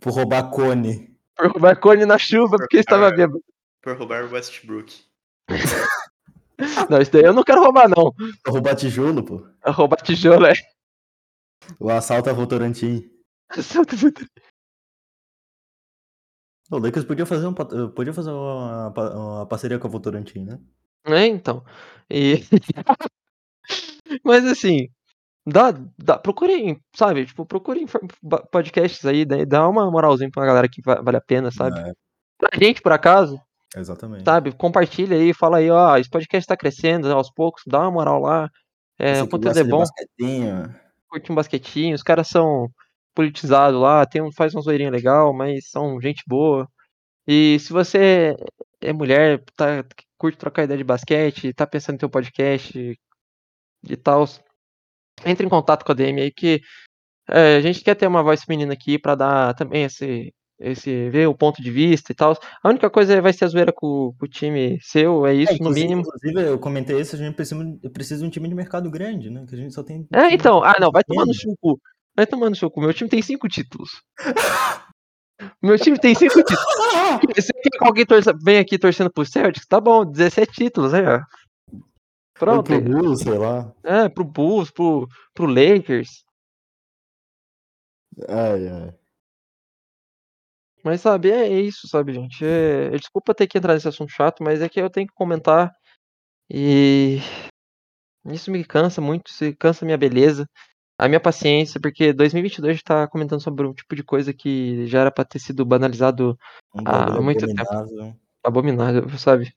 Speaker 3: Por roubar cone.
Speaker 1: Por roubar cone na chuva porque estava bêbado.
Speaker 2: Por roubar Westbrook.
Speaker 1: Não, isso daí eu não quero roubar, não.
Speaker 3: Por roubar tijolo, pô.
Speaker 1: É Roubar tijolo é.
Speaker 3: O assalto a Votorantim. O Lakers podia fazer, um, pat- eh, podia fazer uma, pa- uma parceria com a Votorantim, né?
Speaker 1: Né, então. E- Mas assim, dá, dá, procurem, sabe? Tipo, procurem infor- ba- podcasts aí, daí dá uma moralzinha pra galera que va- vale a pena, sabe?
Speaker 3: É,
Speaker 1: Pra gente, por acaso,
Speaker 3: Exatamente.
Speaker 1: sabe? Compartilha aí, fala aí, ó, esse podcast tá crescendo aos poucos, dá uma moral lá. É,
Speaker 3: Você
Speaker 1: o
Speaker 3: que
Speaker 1: conteúdo
Speaker 3: gosta
Speaker 1: é
Speaker 3: de
Speaker 1: bom,
Speaker 3: basquetinho,
Speaker 1: curte um basquetinho, os caras são politizados lá, tem, um- faz um zoeirinho legal, mas são gente boa. E se você é mulher, tá, curte trocar ideia de basquete, tá pensando em ter um podcast e tal, entre em contato com a DM aí que é, a gente quer ter uma voz feminina aqui pra dar também esse, esse ver o ponto de vista e tal. A única coisa é vai ser a zoeira com, com o time seu, é
Speaker 3: É,
Speaker 1: isso no
Speaker 3: inclusive,
Speaker 1: mínimo.
Speaker 3: inclusive, eu comentei isso, a gente precisa, precisa de um time de mercado grande, né? Que a gente só tem.
Speaker 1: É, então, ah, não, vai tomar no
Speaker 3: Entendo.
Speaker 1: seu cu. Vai tomar no seu cu. Meu time tem cinco títulos. Meu time tem cinco títulos. Você quer que alguém torça, vem aqui torcendo pro Celtics? Tá bom, 17 títulos aí, ó.
Speaker 3: Ou
Speaker 1: Pronto.
Speaker 3: pro Bulls, sei lá.
Speaker 1: É, pro Bulls, pro, pro Lakers.
Speaker 3: Ai, ai.
Speaker 1: Mas, sabe, é isso, sabe, gente? É- Desculpa ter que entrar nesse assunto chato, mas é que eu tenho que comentar. E. Isso me cansa muito, isso cansa a minha beleza, a minha paciência, porque 2022 a gente tá comentando sobre um tipo de coisa que já era pra ter sido banalizado
Speaker 3: Um
Speaker 1: Ah,
Speaker 3: bagulho
Speaker 1: muito tempo.
Speaker 3: abominável.
Speaker 1: abominável, sabe?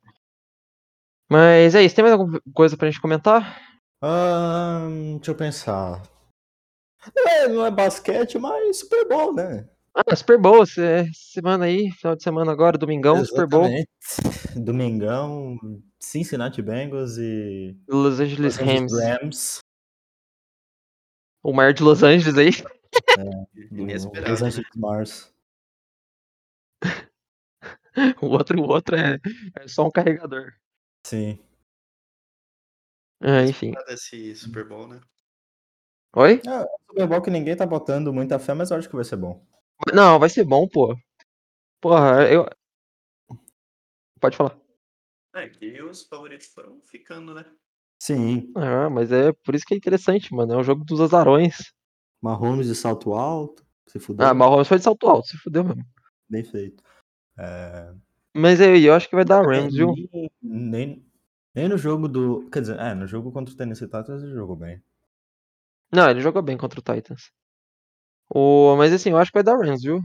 Speaker 1: Mas é isso, tem mais alguma coisa pra gente comentar?
Speaker 3: Ahn, Ah, deixa eu pensar. Não é, não é basquete, mas Super Bowl, né?
Speaker 1: Ah, Super Bowl, se- semana aí, final de semana agora, domingão, É um Super Bowl,
Speaker 3: Exatamente. Domingão, Cincinnati Bengals e
Speaker 1: Los Angeles
Speaker 3: Los Angeles
Speaker 1: Rams,
Speaker 3: Rams.
Speaker 1: o maior de Los Angeles aí.
Speaker 2: Inesperado.
Speaker 3: Los
Speaker 2: né?
Speaker 3: Angeles Mars.
Speaker 1: O outro, o outro é, é só um carregador.
Speaker 3: Sim.
Speaker 1: Ah, enfim.
Speaker 2: Nada esse Super Bowl, né?
Speaker 1: Oi?
Speaker 3: Super Bowl que ninguém tá botando muita fé, mas eu acho que vai ser bom.
Speaker 1: Não, vai ser bom, pô. Porra, eu. Pode falar.
Speaker 2: É, que os favoritos foram ficando, né?
Speaker 3: Sim.
Speaker 1: Ah, mas é por isso que é interessante, mano. É o jogo dos azarões.
Speaker 3: Mahomes de salto alto. Se fudeu.
Speaker 1: Ah, Mahomes foi de salto alto, se fudeu mesmo.
Speaker 3: Bem feito. É,
Speaker 1: Mas aí, eu acho que vai dar Ah, Rams, viu?
Speaker 3: nem, nem, nem no jogo do. Quer dizer, é, no jogo contra o Tennessee Titans ele jogou bem.
Speaker 1: Não, ele jogou bem contra o Titans. O... Mas assim, eu acho que vai dar Rams, viu?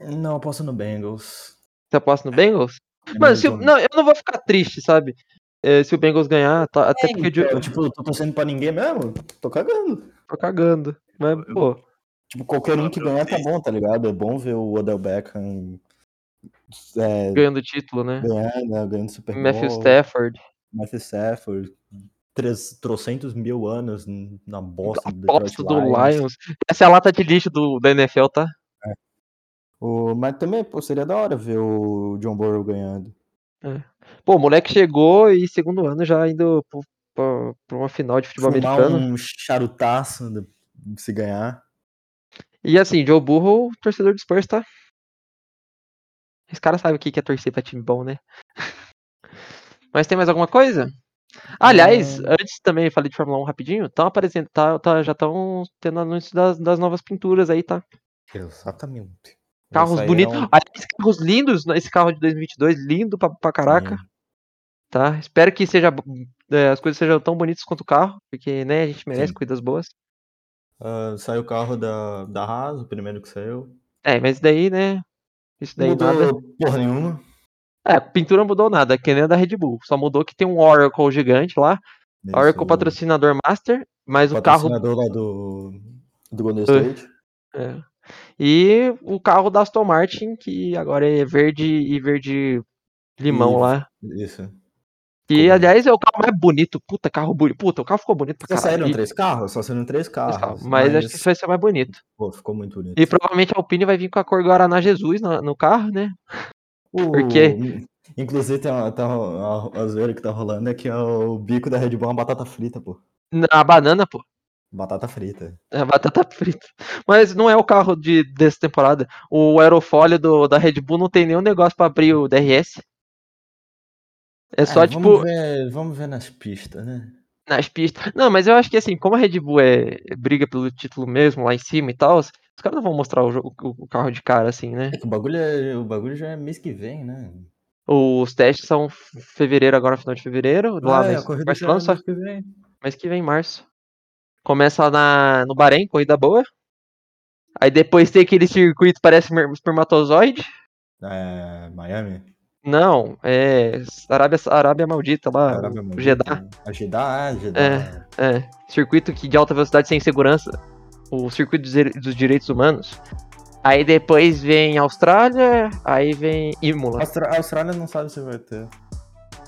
Speaker 3: Não, eu aposto no Bengals.
Speaker 1: Você aposta no Tá Bengals?
Speaker 3: é
Speaker 1: Mano, se o-
Speaker 3: Bengals-
Speaker 1: não, eu não vou ficar triste, sabe? É, se o Bengals ganhar, tá- até porque eu,
Speaker 3: Eu, tipo, eu tô torcendo pra ninguém mesmo? Tô cagando.
Speaker 1: tô tá cagando. Mas,
Speaker 2: Eu-
Speaker 1: pô,
Speaker 3: Tipo, qualquer um que ganhar tá bom, tá ligado? É bom ver o Odell Beckham é,
Speaker 1: ganhando o título, né?
Speaker 3: ganhando, né, ganhando Super Bowl.
Speaker 1: Matthew Stafford.
Speaker 3: Matthew Stafford. Três, trocentos mil anos na bosta do Detroit
Speaker 1: Aposta do
Speaker 3: Lions.
Speaker 1: Lions. Essa é a lata de lixo do, da NFL, tá?
Speaker 3: O- mas também, pô, seria da hora ver o John Burrow ganhando.
Speaker 1: Pô, o moleque chegou e segundo ano já indo pro- pra pra uma final de futebol
Speaker 3: Fumar
Speaker 1: americano.
Speaker 3: um charutaço de- se ganhar.
Speaker 1: E assim, Joe Burrow, torcedor do Spurs, tá? Esse cara sabe o que que é torcer pra time bom, né? Mas tem mais alguma coisa? Aliás,
Speaker 3: Ah.
Speaker 1: antes também, falei de Fórmula 1 rapidinho, tão aparecendo, tá, tá- já estão tendo anúncio das, das novas pinturas aí, tá?
Speaker 3: Exatamente.
Speaker 1: Carros
Speaker 3: Isso aí
Speaker 1: bonitos.
Speaker 3: é um-
Speaker 1: Aliás, carros lindos, né? esse carro de 2022, lindo pra, pra caraca,
Speaker 3: Sim,
Speaker 1: tá? Espero que seja, eh, as coisas sejam tão bonitas quanto o carro, porque, né, a gente merece
Speaker 3: Sim.
Speaker 1: coisas boas.
Speaker 3: ah, saiu o carro da, da Haas, o primeiro que saiu.
Speaker 1: É, mas daí, né, isso daí
Speaker 3: Mudou
Speaker 1: nada.
Speaker 3: porra nenhuma.
Speaker 1: É, pintura não mudou nada, que nem a da Red Bull. Só mudou que tem um Oracle gigante lá. Oracle
Speaker 3: Isso,
Speaker 1: patrocinador Master, mais
Speaker 3: o
Speaker 1: um carro.
Speaker 3: patrocinador lá do, do Golden
Speaker 1: Ah.
Speaker 3: State.
Speaker 1: é. E o carro da Aston Martin, que agora é verde e verde limão
Speaker 3: E-
Speaker 1: lá.
Speaker 3: Isso.
Speaker 1: Que,
Speaker 3: Ficou
Speaker 1: aliás, é o carro mais bonito. Puta, carro bonito. Puta, o carro ficou bonito pra
Speaker 3: Só
Speaker 1: caralho.
Speaker 3: saíram
Speaker 1: E-
Speaker 3: três carros? Só saíram três
Speaker 1: mas
Speaker 3: carros.
Speaker 1: acho que isso vai ser mais bonito.
Speaker 3: pô, ficou muito bonito.
Speaker 1: E provavelmente a Alpine vai vir com a cor Guaraná Jesus na- no carro, né?
Speaker 3: O-
Speaker 1: Porque-
Speaker 3: Inclusive, tem uma, tá uma, uma zoeira que tá rolando é que o bico da Red Bull é uma batata frita, pô.
Speaker 1: A banana, pô.
Speaker 3: Batata frita.
Speaker 1: É batata frita. Mas não é o carro de, dessa temporada. O aerofólio do, da Red Bull não tem nenhum negócio pra abrir o DRS. É só,
Speaker 3: É,
Speaker 1: tipo,
Speaker 3: Vamos ver, vamos ver nas pistas, né?
Speaker 1: nas pistas. Não, mas eu acho que, assim, como a Red Bull é, briga pelo título mesmo lá em cima e tal, os caras não vão mostrar o, jogo- o- o carro de cara, assim, né?
Speaker 3: É que o bagulho, é, o bagulho já é mês que vem, né?
Speaker 1: Os testes são f- fevereiro, agora final de fevereiro. Lá, né?
Speaker 3: é,
Speaker 1: mas,
Speaker 3: a corrida já
Speaker 1: Barcelona,
Speaker 3: é
Speaker 1: só,
Speaker 3: mês que vem.
Speaker 1: mas que vem, março. Começa na, no Bahrein, corrida boa. Aí depois tem aquele circuito, parece mer- espermatozoide.
Speaker 3: É, Miami?
Speaker 1: Não, é. Arábia, Arábia Maldita lá.
Speaker 3: Arábia Saudita,
Speaker 1: Ah, Jeddah.
Speaker 3: né? A Jeddah, ah, Jeddah.
Speaker 1: É. É, circuito que de alta velocidade sem segurança, o circuito dos dire- dos direitos humanos. Aí depois vem Austrália, aí vem
Speaker 3: A
Speaker 1: Imola.
Speaker 3: Austra- a Austrália não sabe se vai ter.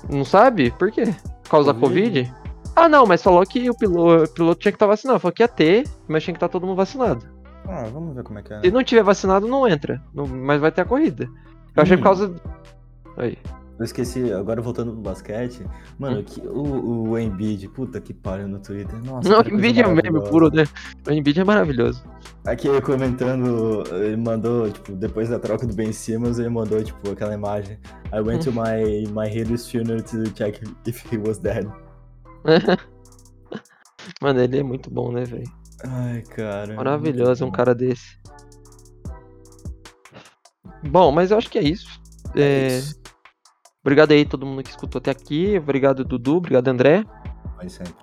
Speaker 1: Não sabe? Por quê? Por causa
Speaker 3: Covid?
Speaker 1: da Covid? Ah, não, mas falou que o piloto, o piloto tinha que estar vacinado. Falou que ia ter, mas tinha que estar todo mundo vacinado.
Speaker 3: Ah, vamos ver como é que é.
Speaker 1: Se não tiver vacinado, não entra. Não- mas vai ter a corrida. Eu achei
Speaker 3: Hum.
Speaker 1: por causa. Aí.
Speaker 3: Eu esqueci, agora voltando pro basquete.
Speaker 1: Hum.
Speaker 3: Mano, que, o, o Embiid, puta que pariu no Twitter. Nossa,
Speaker 1: Não,
Speaker 3: que coisa
Speaker 1: Nvidia é meme
Speaker 3: maravilhosa.
Speaker 1: puro, né? O Nvidia é maravilhoso.
Speaker 3: Aqui ele comentando, ele mandou, tipo, depois da troca do Ben Simmons, ele mandou, tipo, aquela imagem. I went to my, my Hitler's funeral to check if he was dead.
Speaker 1: Mano, ele é muito bom, né, velho?
Speaker 3: Ai, cara. é
Speaker 1: Maravilhoso um cara desse. Bom, mas eu acho que é isso. É,
Speaker 3: isso.
Speaker 1: Obrigado aí todo mundo que escutou até aqui. Obrigado, Dudu. Obrigado, André.
Speaker 3: Tamo aí sempre.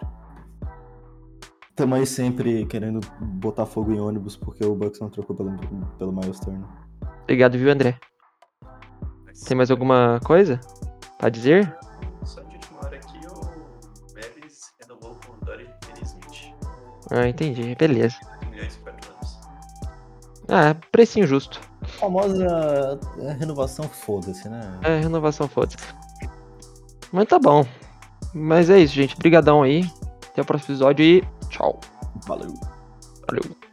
Speaker 3: Tamo aí sempre querendo botar fogo em ônibus porque o Bucks não trocou pelo, pelo Miles Turner.
Speaker 1: Obrigado, viu, André? Tem mais alguma coisa pra dizer?
Speaker 2: Só de última hora aqui, o Mavis renovou com o Dory Smith.
Speaker 1: Ah, entendi. Beleza.
Speaker 2: 2 milhões para anos.
Speaker 1: Ah, precinho justo.
Speaker 3: Famosa é, renovação, foda-se, né?
Speaker 1: É, renovação foda-se. Mas tá bom. Mas é isso, gente. Obrigadão aí. Até o próximo episódio e tchau.
Speaker 3: Valeu.
Speaker 1: Valeu.